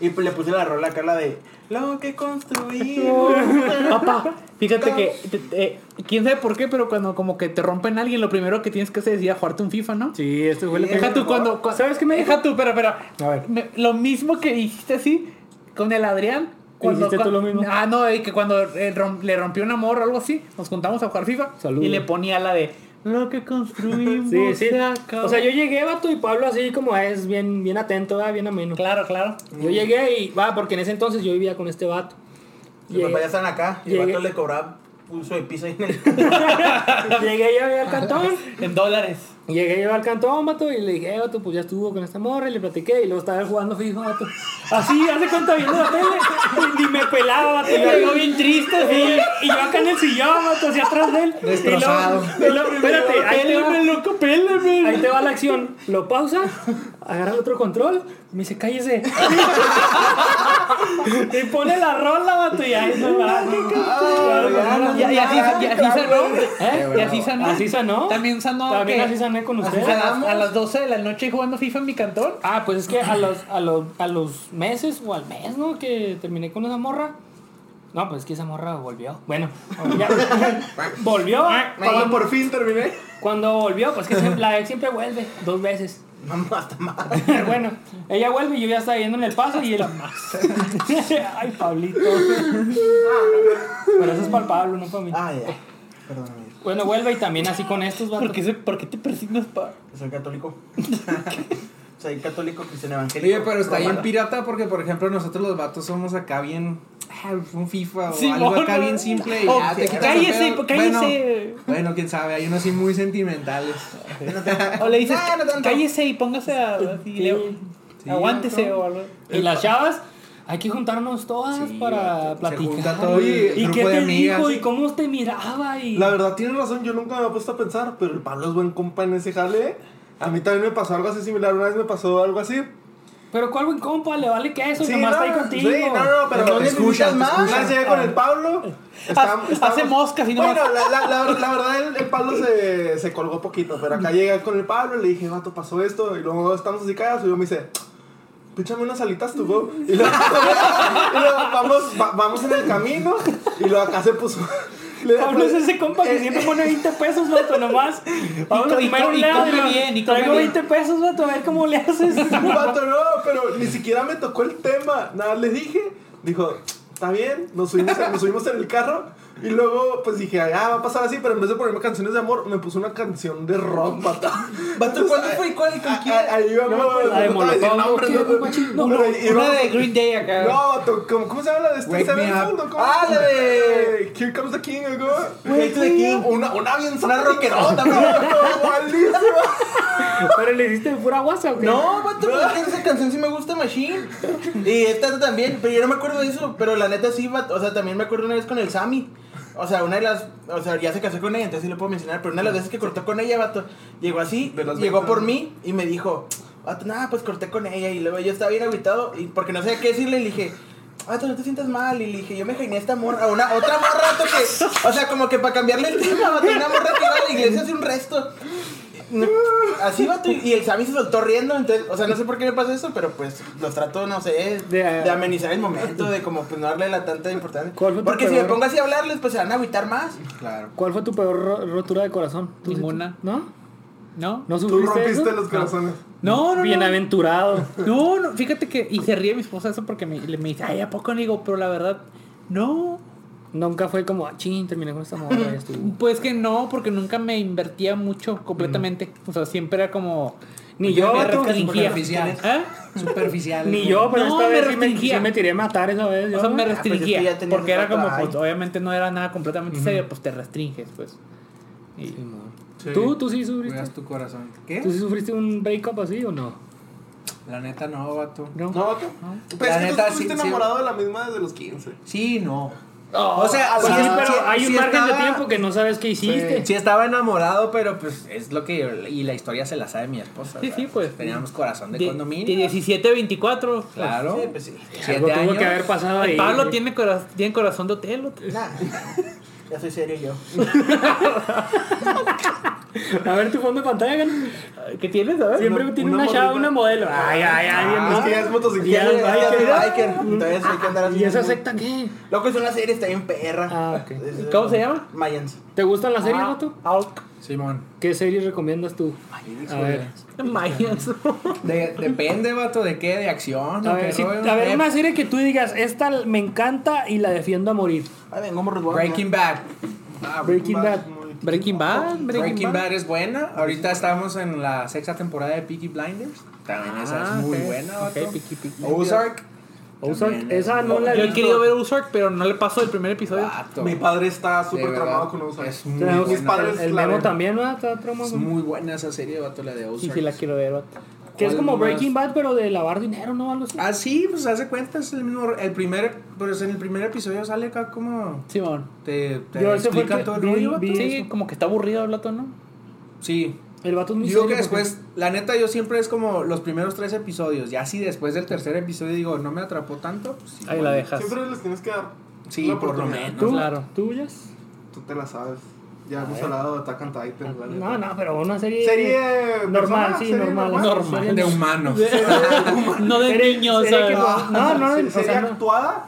Speaker 2: y pues le puse la rola a Carla de lo que construimos.
Speaker 7: Papá, fíjate que te- te- quién sabe por qué, pero cuando como que te rompen a alguien, lo primero que tienes que hacer es ir a jugarte un FIFA, ¿no?
Speaker 1: Sí, esto fue lo
Speaker 7: Deja tú cuando, cua-
Speaker 1: ¿Sabes qué me dijo?
Speaker 7: Deja tú, pero pero
Speaker 1: A ver.
Speaker 7: me- lo mismo que dijiste así con el Adrián
Speaker 1: ¿Hiciste
Speaker 7: cua-
Speaker 1: tú lo mismo?
Speaker 7: Ah, no, eh, que cuando eh, rom- le rompió una morra o algo así, nos juntamos a jugar FIFA
Speaker 1: Saludos.
Speaker 7: y le ponía la de lo que construimos.
Speaker 1: Sí, sí.
Speaker 7: se acabó".
Speaker 1: O sea, yo llegué, vato, y Pablo así como es bien, bien atento, ¿verdad? bien ameno.
Speaker 7: claro, claro.
Speaker 1: Yo llegué y va, porque en ese entonces yo vivía con este vato.
Speaker 2: Los papás ya
Speaker 1: Llegué,
Speaker 2: están acá y el
Speaker 1: Llegué.
Speaker 2: vato le cobraba pulso de piso ahí en el...
Speaker 1: llegué yo
Speaker 7: Ah,
Speaker 1: al cantón.
Speaker 7: En dólares.
Speaker 1: Llegué yo al cantón, vato, y le dije, eh, vato, pues ya estuvo con esta morra, y le platiqué, y luego estaba él jugando fijo, vato. Así, hace cuenta viendo la tele, y me pelaba, vato.
Speaker 7: Y me vio bien triste, sí.
Speaker 1: Y yo acá en el sillón, vato, hacia atrás de él.
Speaker 6: Destrozado.
Speaker 1: Y luego- y luego- espérate, ahí te, va,
Speaker 7: loco, pélame.
Speaker 1: ahí te va la acción. Lo pausa, agarra el otro control, y me dice, cállese. y pone la rola, vato, y ahí se va.
Speaker 7: Y, y así,
Speaker 1: Ah,
Speaker 7: y así sanó.
Speaker 1: ¿Eh?
Speaker 7: Y así sanó.
Speaker 1: Así sanó.
Speaker 7: También sanó.
Speaker 1: También
Speaker 7: que-
Speaker 1: así sané con
Speaker 7: así
Speaker 1: ustedes.
Speaker 7: a, las, a las 12 de la noche jugando FIFA en mi cantón.
Speaker 1: Ah, pues es que a los, a los, a los meses o al mes, ¿no? Que terminé con esa morra. No, pues es que esa morra volvió. Bueno, ya- volvió.
Speaker 5: Cuando
Speaker 1: Cuando,
Speaker 5: por fin terminé.
Speaker 1: cuando volvió, pues que siempre- la ex siempre vuelve dos veces.
Speaker 2: Mamá, está mal.
Speaker 1: bueno, ella vuelve y yo ya estaba yendo en el paso y él Ay, Pablito. Pero eso es para el Pablo, no para mí.
Speaker 2: Ah, ya. Perdóname.
Speaker 1: Bueno, vuelve y también así con estos vatos.
Speaker 7: ¿Por qué, se- por qué te persignas, pa?
Speaker 2: Soy católico. Soy católico cristiano evangélico.
Speaker 6: Oye, pero está bien
Speaker 2: romano.
Speaker 6: pirata porque, por ejemplo, nosotros los vatos somos acá bien. ah, Un FIFA o
Speaker 7: Sí,
Speaker 6: algo
Speaker 7: mono.
Speaker 6: acá bien simple. Y
Speaker 7: Oh,
Speaker 6: ya, te
Speaker 7: sí,
Speaker 6: quitas
Speaker 7: cállese,
Speaker 6: el pedo.
Speaker 7: cállese.
Speaker 6: Bueno, bueno, quién sabe, hay unos sí muy sentimentales.
Speaker 7: O le dices,
Speaker 2: No, no tanto.
Speaker 7: cállese y póngase a. y le-
Speaker 6: Sí,
Speaker 7: aguántese
Speaker 6: vato.
Speaker 7: o algo.
Speaker 1: Y las chavas, hay que juntarnos todas
Speaker 6: Sí,
Speaker 1: para
Speaker 6: se
Speaker 1: platicar.
Speaker 6: junta todo el
Speaker 1: Oye, ¿Y
Speaker 6: grupo
Speaker 1: qué
Speaker 6: de
Speaker 1: te
Speaker 6: amigas?
Speaker 1: dijo? ¿Y cómo te miraba? Y...
Speaker 5: La verdad, tienes razón, yo nunca me he puesto a pensar, pero el Pablo es buen compa en ese jale. ¿eh? A mí también me pasó algo así similar, una vez me pasó algo así.
Speaker 1: Pero cuál buen compa, le vale que eso,
Speaker 5: Sí,
Speaker 1: nomás
Speaker 5: no,
Speaker 1: está ahí contigo.
Speaker 5: sí, no,
Speaker 2: No
Speaker 5: no, pero te
Speaker 2: necesitas
Speaker 5: escuchan, te
Speaker 2: más.
Speaker 5: escuchan. Una vez llegué con el Pablo. estábamos-
Speaker 7: hace
Speaker 5: estábamos-
Speaker 7: moscas y nomás-
Speaker 5: Bueno, la, la, la, la verdad, el, el Pablo se, se colgó poquito, pero acá llegué con el Pablo y le dije, vato, pasó esto. Y luego estamos así callados y yo me dice, píchame unas alitas tú, bro. Y luego, y luego vamos, va- vamos en el camino y luego acá se puso. le-
Speaker 1: Pablo es ese compa que
Speaker 5: eh,
Speaker 1: siempre pone 20 pesos, vato, nomás. Vamos a
Speaker 7: co- y
Speaker 1: comer
Speaker 7: co-
Speaker 1: un
Speaker 7: y
Speaker 1: lado.
Speaker 7: come
Speaker 1: ¿no?
Speaker 7: bien, y come
Speaker 1: Traigo
Speaker 7: bien.
Speaker 1: 20 pesos, vato, a ver cómo le haces.
Speaker 5: Vato, no, pero ni siquiera me tocó el tema. Nada, les dije. Dijo, está bien, nos subimos, nos subimos en el carro. Y luego, pues dije, ah, va a pasar así. Pero en vez de ponerme canciones de amor, me puso una canción de rock, vato.
Speaker 2: Vato, ¿cuándo
Speaker 5: Entonces,
Speaker 2: fue y cuál? ¿Con
Speaker 5: a-
Speaker 2: quién?
Speaker 5: a- Ahí vamos.
Speaker 1: La de
Speaker 5: no te voy a decir
Speaker 1: Molotov,
Speaker 5: nombres,
Speaker 1: ¿qué?
Speaker 5: no,
Speaker 1: No,
Speaker 5: no,
Speaker 1: no,
Speaker 5: y
Speaker 7: Una
Speaker 5: vamos-
Speaker 7: de Green Day acá.
Speaker 5: No, vato, ¿cómo, cómo se llama la de
Speaker 6: Wake
Speaker 5: Steve Seven
Speaker 6: me up.
Speaker 5: Fondo? ¿Cómo? Eh,
Speaker 2: Ah, la de-
Speaker 5: Here Comes the King, ¿no?
Speaker 2: Wake me up.
Speaker 5: Una, una bien
Speaker 2: Una
Speaker 5: roquerota, malísima.
Speaker 1: Pero le hiciste de pura guasa, ¿o qué?
Speaker 2: No, vato, porque esa canción sí me gusta Machine. Y esta también, pero yo no me acuerdo de eso. Pero la neta sí, vato, o sea, también me acuerdo una vez con el Sammy. O sea, una de las. O sea, ya se casó con ella, entonces sí lo puedo mencionar. Pero una de las veces que cortó con ella, vato, llegó así,
Speaker 5: De las
Speaker 2: llegó
Speaker 5: veinte,
Speaker 2: por
Speaker 5: ¿no?
Speaker 2: mí y me dijo, vato, nada, pues corté con ella. Y luego yo estaba bien agüitado, y porque no sabía qué decirle, y le dije. Vato, no te sientas mal. Y le dije, yo me jainé a esta morra, a una otra morra, vato, que. O sea, como que para cambiarle el tema, vato, una morra que iba a la iglesia hace un resto. No, Así va tú. Y el Sammy se soltó riendo. Entonces, o sea, no sé por qué me pasó eso, pero pues los trato, no sé, de,
Speaker 1: De, ah,
Speaker 2: amenizar el momento, de como pues no darle la tanta importancia.
Speaker 1: ¿Cuál fue tu
Speaker 2: Porque si me
Speaker 1: peor?
Speaker 2: pongo así a hablarles, pues se van a agüitar más.
Speaker 6: Claro.
Speaker 1: ¿Cuál fue tu peor ro- rotura de corazón? ¿Tú sí-
Speaker 7: Ninguna.
Speaker 1: ¿No?
Speaker 7: ¿No?
Speaker 1: ¿No
Speaker 5: Tú
Speaker 1: sufriste
Speaker 5: rompiste
Speaker 1: eso?
Speaker 5: los corazones.
Speaker 7: No, no, no.
Speaker 1: Bienaventurado.
Speaker 7: No, no, fíjate que. Y se ríe mi esposa eso porque me, le- me dice, ay, ¿a poco? Le digo, pero la verdad, no.
Speaker 1: Nunca fue como, ah, ching, terminé con esta morra y estuvo.
Speaker 7: Pues que no, porque nunca me invertía mucho completamente. O sea, siempre era como.
Speaker 1: Ni yo,
Speaker 7: me
Speaker 1: vato.
Speaker 7: restringía.
Speaker 6: Superficial.
Speaker 7: ¿Eh?
Speaker 6: Superficial.
Speaker 1: Ni yo, pero
Speaker 7: No,
Speaker 1: esta
Speaker 7: me
Speaker 1: vez sí me,
Speaker 7: restringía.
Speaker 1: sí me tiré a matar esa vez. Ah,
Speaker 7: O sea,
Speaker 1: yo.
Speaker 7: me
Speaker 2: pues es que
Speaker 7: restringía.
Speaker 2: ya tenías
Speaker 7: porque era
Speaker 2: otra-
Speaker 7: como,
Speaker 2: ay.
Speaker 7: pues, obviamente no era nada completamente serio, pues te restringes, pues. Y-
Speaker 1: ¿Tú, tú sí sufriste?
Speaker 6: Cuidas tu corazón. ¿Qué?
Speaker 1: ¿Tú sí sufriste un breakup así o no?
Speaker 6: La neta no, vato.
Speaker 1: No.
Speaker 5: No, vato. Pero
Speaker 6: La
Speaker 5: es que tú
Speaker 6: neta,
Speaker 5: estuviste
Speaker 6: sí, sí.
Speaker 5: enamorado de la misma desde los 15.
Speaker 6: Sí, no.
Speaker 1: Oh,
Speaker 6: O sea,
Speaker 1: pues
Speaker 6: sí,
Speaker 1: sí, pero
Speaker 6: sí,
Speaker 1: hay un
Speaker 6: sí
Speaker 1: margen de
Speaker 6: estaba-
Speaker 1: tiempo que no sabes qué hiciste.
Speaker 6: Sí estaba enamorado, pero pues es lo que yo- y la historia se la sabe mi esposa.
Speaker 7: Sí,
Speaker 6: ¿verdad?
Speaker 7: sí, pues.
Speaker 6: Teníamos corazón de,
Speaker 7: De,
Speaker 6: condominio.
Speaker 7: de 17 a 24. pues,
Speaker 6: Claro.
Speaker 2: Sí, pues sí.
Speaker 6: Siete
Speaker 1: Algo tuvo
Speaker 6: años.
Speaker 1: que haber pasado ahí.
Speaker 7: Pablo
Speaker 1: güey.
Speaker 7: tiene, cora- tiene corazón de hotel. ¿o qué?
Speaker 2: Nah. Ya soy serio yo.
Speaker 1: A ver tu fondo de pantalla, Gano.
Speaker 7: ¿Qué tienes? A ver.
Speaker 1: Siempre
Speaker 5: Una-
Speaker 1: tiene
Speaker 5: una
Speaker 1: una chava,
Speaker 5: morrita.
Speaker 1: una modelo. Ay, ay, ay. bien
Speaker 5: es que Ah, ya es motociclista.
Speaker 1: Ya,
Speaker 2: Ya
Speaker 1: biker.
Speaker 2: soy biker. Entonces hay que andar
Speaker 1: mis-
Speaker 2: así.
Speaker 1: ¿Y esa secta qué?
Speaker 2: Loco, es una serie, está bien perra.
Speaker 1: Ah, ok.
Speaker 2: Es- eh,
Speaker 7: ¿Cómo se llama?
Speaker 2: Mayans.
Speaker 1: ¿Te gustan las series, Vato?
Speaker 7: Alk.
Speaker 6: Simón.
Speaker 1: ¿Qué series recomiendas tú? A ver,
Speaker 7: Mayans.
Speaker 6: De- depende, vato, de qué, de acción.
Speaker 1: a
Speaker 6: o qué
Speaker 1: ver, si-
Speaker 6: rollo?
Speaker 1: a ver
Speaker 6: Eh,
Speaker 1: una serie que tú digas, esta me encanta y la defiendo a morir.
Speaker 2: Ay, vengo morro.
Speaker 6: Breaking Bad.
Speaker 5: Ah,
Speaker 1: Breaking Bad.
Speaker 7: Breaking Bad. Breaking,
Speaker 6: Breaking
Speaker 7: Bad.
Speaker 6: Bad es buena. Ahorita estamos en la sexta temporada de Peaky Blinders. También esa es
Speaker 7: Ah,
Speaker 6: muy
Speaker 7: ok.
Speaker 6: buena, vato.
Speaker 7: Ok, piqui, piqui.
Speaker 6: Ozark.
Speaker 1: Ozark,
Speaker 6: También es
Speaker 1: esa no
Speaker 6: buena.
Speaker 1: la
Speaker 7: Yo
Speaker 1: he
Speaker 7: he querido
Speaker 1: visto.
Speaker 7: ver Ozark, pero no le pasó el primer episodio.
Speaker 6: Vato.
Speaker 5: Mi padre está
Speaker 6: De
Speaker 5: súper
Speaker 6: verdad,
Speaker 5: tramado con Ozark.
Speaker 6: Es muy,
Speaker 1: Tenemos-
Speaker 5: Mis
Speaker 6: buena,
Speaker 5: padres
Speaker 1: El
Speaker 5: la
Speaker 1: Memo
Speaker 5: ven.
Speaker 1: también, ¿no? Está
Speaker 6: es
Speaker 1: traumado.
Speaker 6: muy buena esa serie, vato, la de
Speaker 7: Sí,
Speaker 6: Ozark.
Speaker 7: sí, la quiero ver. vato.
Speaker 1: Que es
Speaker 6: ¿Cuál
Speaker 1: como
Speaker 6: más?
Speaker 1: Breaking Bad, pero de lavar dinero, ¿no? Algo así.
Speaker 6: Ah, sí, pues hace cuenta, es el mismo, el primer, pues en el primer episodio sale acá como
Speaker 7: Simón.
Speaker 6: te, te
Speaker 1: Yo ese fue el
Speaker 6: explica
Speaker 1: que
Speaker 6: todo el
Speaker 1: vi-
Speaker 6: rollo.
Speaker 1: vi-
Speaker 6: vato.
Speaker 7: Sí,
Speaker 1: eso.
Speaker 7: como que está aburrido el plato, ¿no?
Speaker 6: Sí.
Speaker 1: El vato es muy
Speaker 6: Digo
Speaker 1: serio
Speaker 6: que
Speaker 1: porque-
Speaker 6: después, la neta, yo siempre es como los primeros tres episodios, y así después del tercer episodio digo, no me atrapó tanto, pues sí,
Speaker 7: Ahí la dejas.
Speaker 5: Siempre les tienes que dar.
Speaker 6: Sí,
Speaker 5: la
Speaker 6: por lo
Speaker 5: oportunidad.
Speaker 6: menos.
Speaker 1: ¿Tú?
Speaker 7: Claro.
Speaker 1: ¿Tú, Jess?
Speaker 5: Tú te la sabes. Ya hemos hablado de Attack on Titan. la neta.
Speaker 1: No, no, pero una serie...
Speaker 5: Serie
Speaker 1: Normal,
Speaker 5: persona,
Speaker 1: sí,
Speaker 5: serie
Speaker 1: normal.
Speaker 7: Normal.
Speaker 1: Serie-
Speaker 6: De humanos.
Speaker 7: no de
Speaker 1: Serie-
Speaker 7: niños.
Speaker 1: serie
Speaker 7: ¿sabes?
Speaker 1: que no- no, no,
Speaker 5: Ah, Se-
Speaker 1: o
Speaker 5: serie
Speaker 1: sea, no.
Speaker 5: actuada.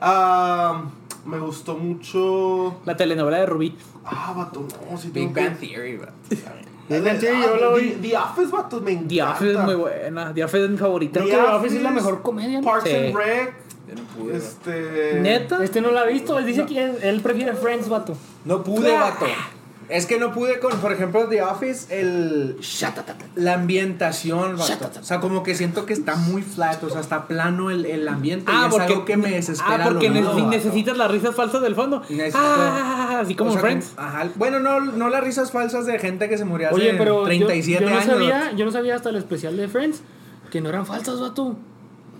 Speaker 5: ah, me gustó mucho.
Speaker 7: La telenovela de Rubí.
Speaker 5: Ah, vato, no, si
Speaker 6: Big
Speaker 5: tengo
Speaker 6: Bang
Speaker 5: que...
Speaker 6: Theory, vato.
Speaker 5: Ah,
Speaker 1: Big Bang Theory, yo lo vi.
Speaker 5: The, The Office, vato, me encanta.
Speaker 7: The Office es muy buena. The Office es mi favorita.
Speaker 1: Creo que The Office es la mejor comedia, ¿no?
Speaker 5: Parks
Speaker 7: Sí.
Speaker 5: and Rec.
Speaker 6: Yo no pude, vato.
Speaker 5: Este.
Speaker 7: ¿Neta?
Speaker 1: Este no la ha visto. Él dice que él, él prefiere Friends, vato.
Speaker 6: No pude, vato. Es que no pude con, por ejemplo, The Office, el... La ambientación, vato. O sea, como que siento que está muy flat, o sea, está plano el, el ambiente. y es algo que me
Speaker 7: Ah,
Speaker 6: desespera.
Speaker 7: porque
Speaker 6: lo
Speaker 7: ne-
Speaker 6: mismo, vato.
Speaker 7: necesitas las risas falsas del fondo.
Speaker 6: Necesito-
Speaker 7: Ah, así como
Speaker 6: O sea,
Speaker 7: en Friends.
Speaker 6: como- ajá. Bueno, no, no las risas falsas de gente que se murió hace
Speaker 1: Oye, pero yo-
Speaker 6: 37
Speaker 1: yo, no
Speaker 6: años.
Speaker 1: sabía, yo no sabía hasta el especial de Friends que no eran falsas, vato.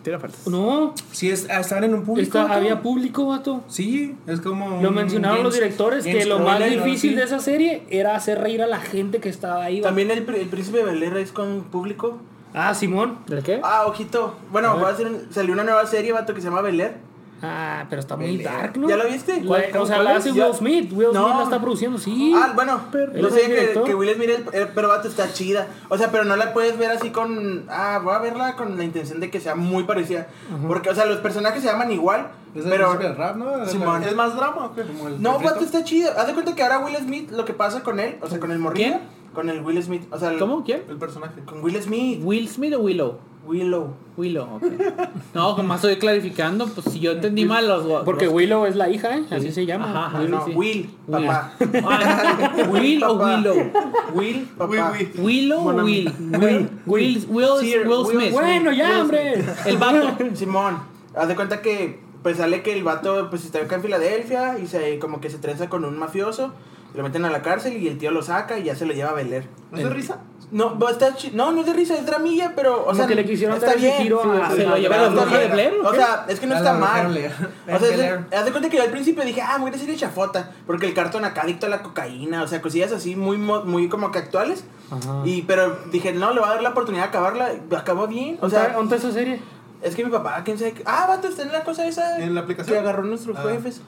Speaker 7: Tira falsas.
Speaker 1: No,
Speaker 6: Sí, es, estaban en un público.
Speaker 1: está-
Speaker 6: vato. Mm,
Speaker 1: había público, vato.
Speaker 6: Sí, es como.
Speaker 1: Lo
Speaker 6: un
Speaker 1: mencionaron los
Speaker 6: James-
Speaker 1: directores que
Speaker 6: James
Speaker 1: lo más
Speaker 6: Corden, ¿no?
Speaker 1: difícil
Speaker 6: Sí.
Speaker 1: de esa serie era hacer reír a la gente que estaba ahí. vato.
Speaker 2: También el, pr- el príncipe Belera es con público.
Speaker 1: Ah, Simón.
Speaker 7: ¿El qué?
Speaker 2: Ah, ojito. Bueno, voy a hacer un- salió una nueva serie, vato, que se llama Belet.
Speaker 1: Ah, pero está muy dark, ¿no?
Speaker 2: ¿Ya lo viste?
Speaker 1: Güey,
Speaker 2: ¿Cuál-
Speaker 1: o sea,
Speaker 2: cuál
Speaker 1: la
Speaker 2: es?
Speaker 1: hace
Speaker 2: Ya-
Speaker 1: Will Smith. Will
Speaker 2: No.
Speaker 1: Smith la está produciendo, sí.
Speaker 2: Ah, bueno,
Speaker 1: ¿Él
Speaker 2: yo
Speaker 1: es
Speaker 2: sé
Speaker 1: el
Speaker 2: que,
Speaker 1: director?
Speaker 2: que Will Smith, el- el- pero vato está chida. O sea, pero no la puedes ver así con. Ah, voy a verla con la intención de que sea muy parecida. Porque, o sea, los personajes se llaman igual,
Speaker 6: Es el
Speaker 2: pero.
Speaker 6: príncipe del rap, ¿no?
Speaker 2: Simón.
Speaker 5: ¿Es más drama o qué?
Speaker 6: Como el
Speaker 2: No, pues,
Speaker 6: refrito.
Speaker 2: vato está chido. Haz de cuenta que ahora Will Smith, lo que pasa con él, o sea, con el morrillo. Con el Will Smith. O sea, el-
Speaker 7: ¿Cómo? ¿Quién?
Speaker 5: El personaje.
Speaker 2: Con Will Smith.
Speaker 7: ¿Will Smith o Willow?
Speaker 2: Willow.
Speaker 7: Willow, ok. No, como estoy clarificando, pues si yo entendí mal los. los-
Speaker 1: Porque Willow es la hija, ¿eh? Así
Speaker 7: Sí.
Speaker 1: se llama.
Speaker 7: Ajá, ajá,
Speaker 2: Ah,
Speaker 1: Willow.
Speaker 2: no,
Speaker 7: sí.
Speaker 2: Will,
Speaker 7: Will.
Speaker 2: papá.
Speaker 7: Ah, Will o
Speaker 2: Papá.
Speaker 7: Willow.
Speaker 2: Will, papá.
Speaker 5: Will, Will.
Speaker 7: Willow o Will. Will. Will, Will,
Speaker 2: Sir,
Speaker 7: Will
Speaker 2: Will-
Speaker 7: Smith.
Speaker 1: Bueno, ya, hombre.
Speaker 7: El vato.
Speaker 2: Simón, haz de cuenta que pues sale que el vato pues está acá en Filadelfia y se como que se trenza con un mafioso, lo meten a la cárcel y el tío lo saca y ya se lo lleva a Beler.
Speaker 5: ¿No es de risa?
Speaker 2: No, va, está chi- no, no es de risa, es dramilla, pero o
Speaker 1: Como
Speaker 2: sea,
Speaker 1: que le quisieron
Speaker 2: está
Speaker 1: dar ese
Speaker 2: bien.
Speaker 1: tiro a-
Speaker 7: ¿Se lo
Speaker 2: pero
Speaker 7: llevaron
Speaker 2: está bien.
Speaker 7: a la bruja de Blair o
Speaker 2: O
Speaker 7: qué?
Speaker 2: sea, es que no
Speaker 6: A
Speaker 2: está
Speaker 6: la bruja de
Speaker 2: mal.
Speaker 6: Blair.
Speaker 2: O sea, es de-
Speaker 6: Blair.
Speaker 2: haz de cuenta que yo al principio dije, "Ah, mujer serie chafota", porque el cartón acá adicto a la cocaína, o sea, cosillas así muy mo- muy como que actuales.
Speaker 1: Ajá.
Speaker 2: Y pero dije, "No, le voy a dar la oportunidad de acabarla." y Acabó bien, o
Speaker 1: O sea,
Speaker 2: sea,
Speaker 1: ¿dónde está esa serie?
Speaker 2: es que mi papá, quién sabe. qué- Ah, vato, está en la cosa esa.
Speaker 5: ¿En la aplicación?
Speaker 2: Que agarró nuestros
Speaker 5: Ah.
Speaker 2: jefes.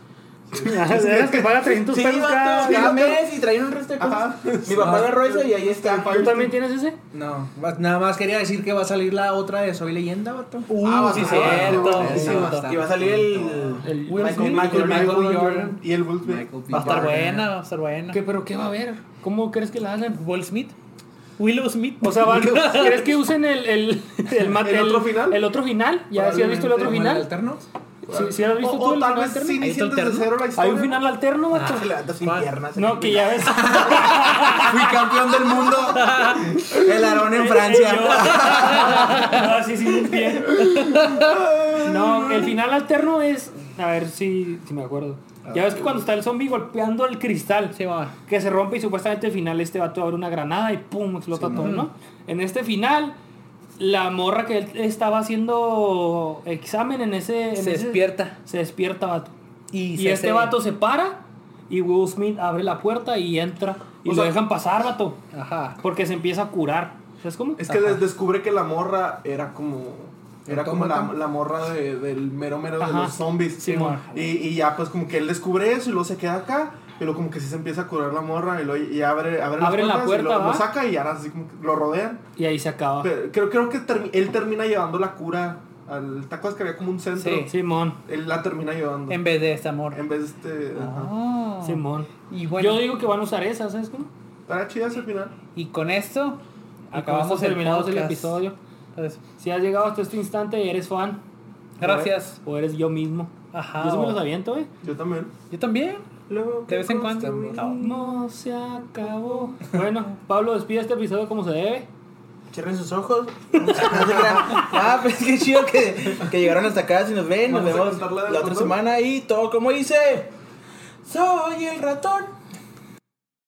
Speaker 1: Es que paga 300
Speaker 2: Sí,
Speaker 1: pesos cada.
Speaker 2: vato, cada mes y traían un resto de cosas.
Speaker 5: Ajá.
Speaker 2: Mi papá agarró eso y ahí está.
Speaker 1: ¿Tú también tienes ese?
Speaker 6: No, vas- nada más quería decir que va a salir la otra de Soy Leyenda, vato.
Speaker 2: Ah,
Speaker 5: sí,
Speaker 2: vato,
Speaker 5: cierto,
Speaker 2: vato,
Speaker 6: sí,
Speaker 2: vato.
Speaker 6: bastante.
Speaker 2: Y va a salir el.
Speaker 1: El
Speaker 2: Will Smith.
Speaker 6: Michael,
Speaker 5: Michael
Speaker 6: Michael
Speaker 5: Jordan.
Speaker 6: Jordan.
Speaker 5: Y el Will Smith.
Speaker 6: Michael B.
Speaker 7: Va a estar
Speaker 6: Jordan.
Speaker 7: buena, va a estar buena.
Speaker 1: ¿Qué, ¿Pero qué va a haber? ¿Cómo crees que la hacen?
Speaker 7: Will Smith. Willow Smith.
Speaker 1: O sea, van- ¿crees que usen el, el, el, ma-
Speaker 5: ¿El otro final?
Speaker 1: El otro final. ¿Ya si has visto el otro
Speaker 6: ¿Como el
Speaker 1: final?
Speaker 6: alterno?
Speaker 1: ¿Sí, sí has visto
Speaker 5: O,
Speaker 1: tú
Speaker 5: o
Speaker 1: el
Speaker 5: tal
Speaker 1: final
Speaker 5: vez
Speaker 1: alterno?
Speaker 5: si inician este desde
Speaker 7: alterno?
Speaker 5: cero la
Speaker 1: Hay
Speaker 5: historia.
Speaker 1: un final alterno, vato.
Speaker 2: Se levanta sin
Speaker 7: ¿Cuál?
Speaker 2: piernas.
Speaker 1: No, que ya ves.
Speaker 6: Fui campeón del mundo. El Aarón en Francia.
Speaker 1: no, sí, sí, un pie. No, el final alterno es. A ver si, si me acuerdo.
Speaker 5: Ah.
Speaker 1: Ya ves que cuando está el zombie golpeando el cristal,
Speaker 7: Sí, va.
Speaker 1: que se rompe y supuestamente al final este vato abre una granada y pum, explota todo, ¿no? En este final, la morra que él estaba haciendo examen en ese. en
Speaker 7: Se
Speaker 1: ese-
Speaker 7: despierta.
Speaker 1: Se despierta, vato. Y,
Speaker 7: se
Speaker 1: este
Speaker 7: hace-
Speaker 1: vato se para y Will Smith abre la puerta y entra. Y
Speaker 5: O
Speaker 1: lo
Speaker 5: sea-
Speaker 1: dejan pasar, vato.
Speaker 7: Ajá.
Speaker 1: Porque se empieza a curar. ¿Sabes cómo?
Speaker 5: Es que des- descubre que la morra era como. Era como la,
Speaker 6: Autómata.
Speaker 5: la morra de- del mero mero de
Speaker 1: Ajá.
Speaker 5: los zombies.
Speaker 1: Sí, mon.
Speaker 5: y, y ya, pues como que él descubre eso y luego se queda acá. Y luego como que sí se empieza a curar la morra. Y, lo, y abre, abre las
Speaker 1: Abren la
Speaker 5: puertas y
Speaker 1: puerta,
Speaker 5: lo, lo
Speaker 1: ¿va?
Speaker 5: saca y ahora así como que lo rodean.
Speaker 1: Y ahí se acaba.
Speaker 5: Pero creo, creo que termi- él termina llevando la cura al. ¿Te acuerdas que había como un centro?
Speaker 7: Sí.
Speaker 1: Simón.
Speaker 5: Él la termina llevando.
Speaker 7: En
Speaker 5: En,
Speaker 7: vez de este amor.
Speaker 5: vez de este. ajá.
Speaker 7: Ah.
Speaker 1: Simón.
Speaker 7: Y bueno,
Speaker 1: Yo digo que van a usar esa, ¿sabes cómo?
Speaker 5: Estará chida ese final.
Speaker 7: y con esto
Speaker 1: Acabamos
Speaker 7: acabamos el
Speaker 1: terminados el
Speaker 7: podcast.
Speaker 1: episodio.
Speaker 7: Entonces,
Speaker 1: Si has llegado hasta este instante y eres fan.
Speaker 7: Gracias.
Speaker 1: O eres yo mismo.
Speaker 7: Ajá.
Speaker 1: yo sí me los aviento, eh.
Speaker 5: Yo también.
Speaker 7: Yo también.
Speaker 5: Lo
Speaker 7: De
Speaker 5: que
Speaker 7: vez en cuando.
Speaker 5: construí.
Speaker 7: No.
Speaker 1: No se acabó. Bueno, Pablo, despide este episodio como se debe.
Speaker 2: Cierren sus ojos. No se crean. ah, pues qué chido que, que llegaron hasta acá. Si nos ven, nos
Speaker 5: Vamos a
Speaker 2: vemos
Speaker 5: contar la del
Speaker 2: la otra
Speaker 5: ratón.
Speaker 2: semana. Y todo como dice: Soy el ratón.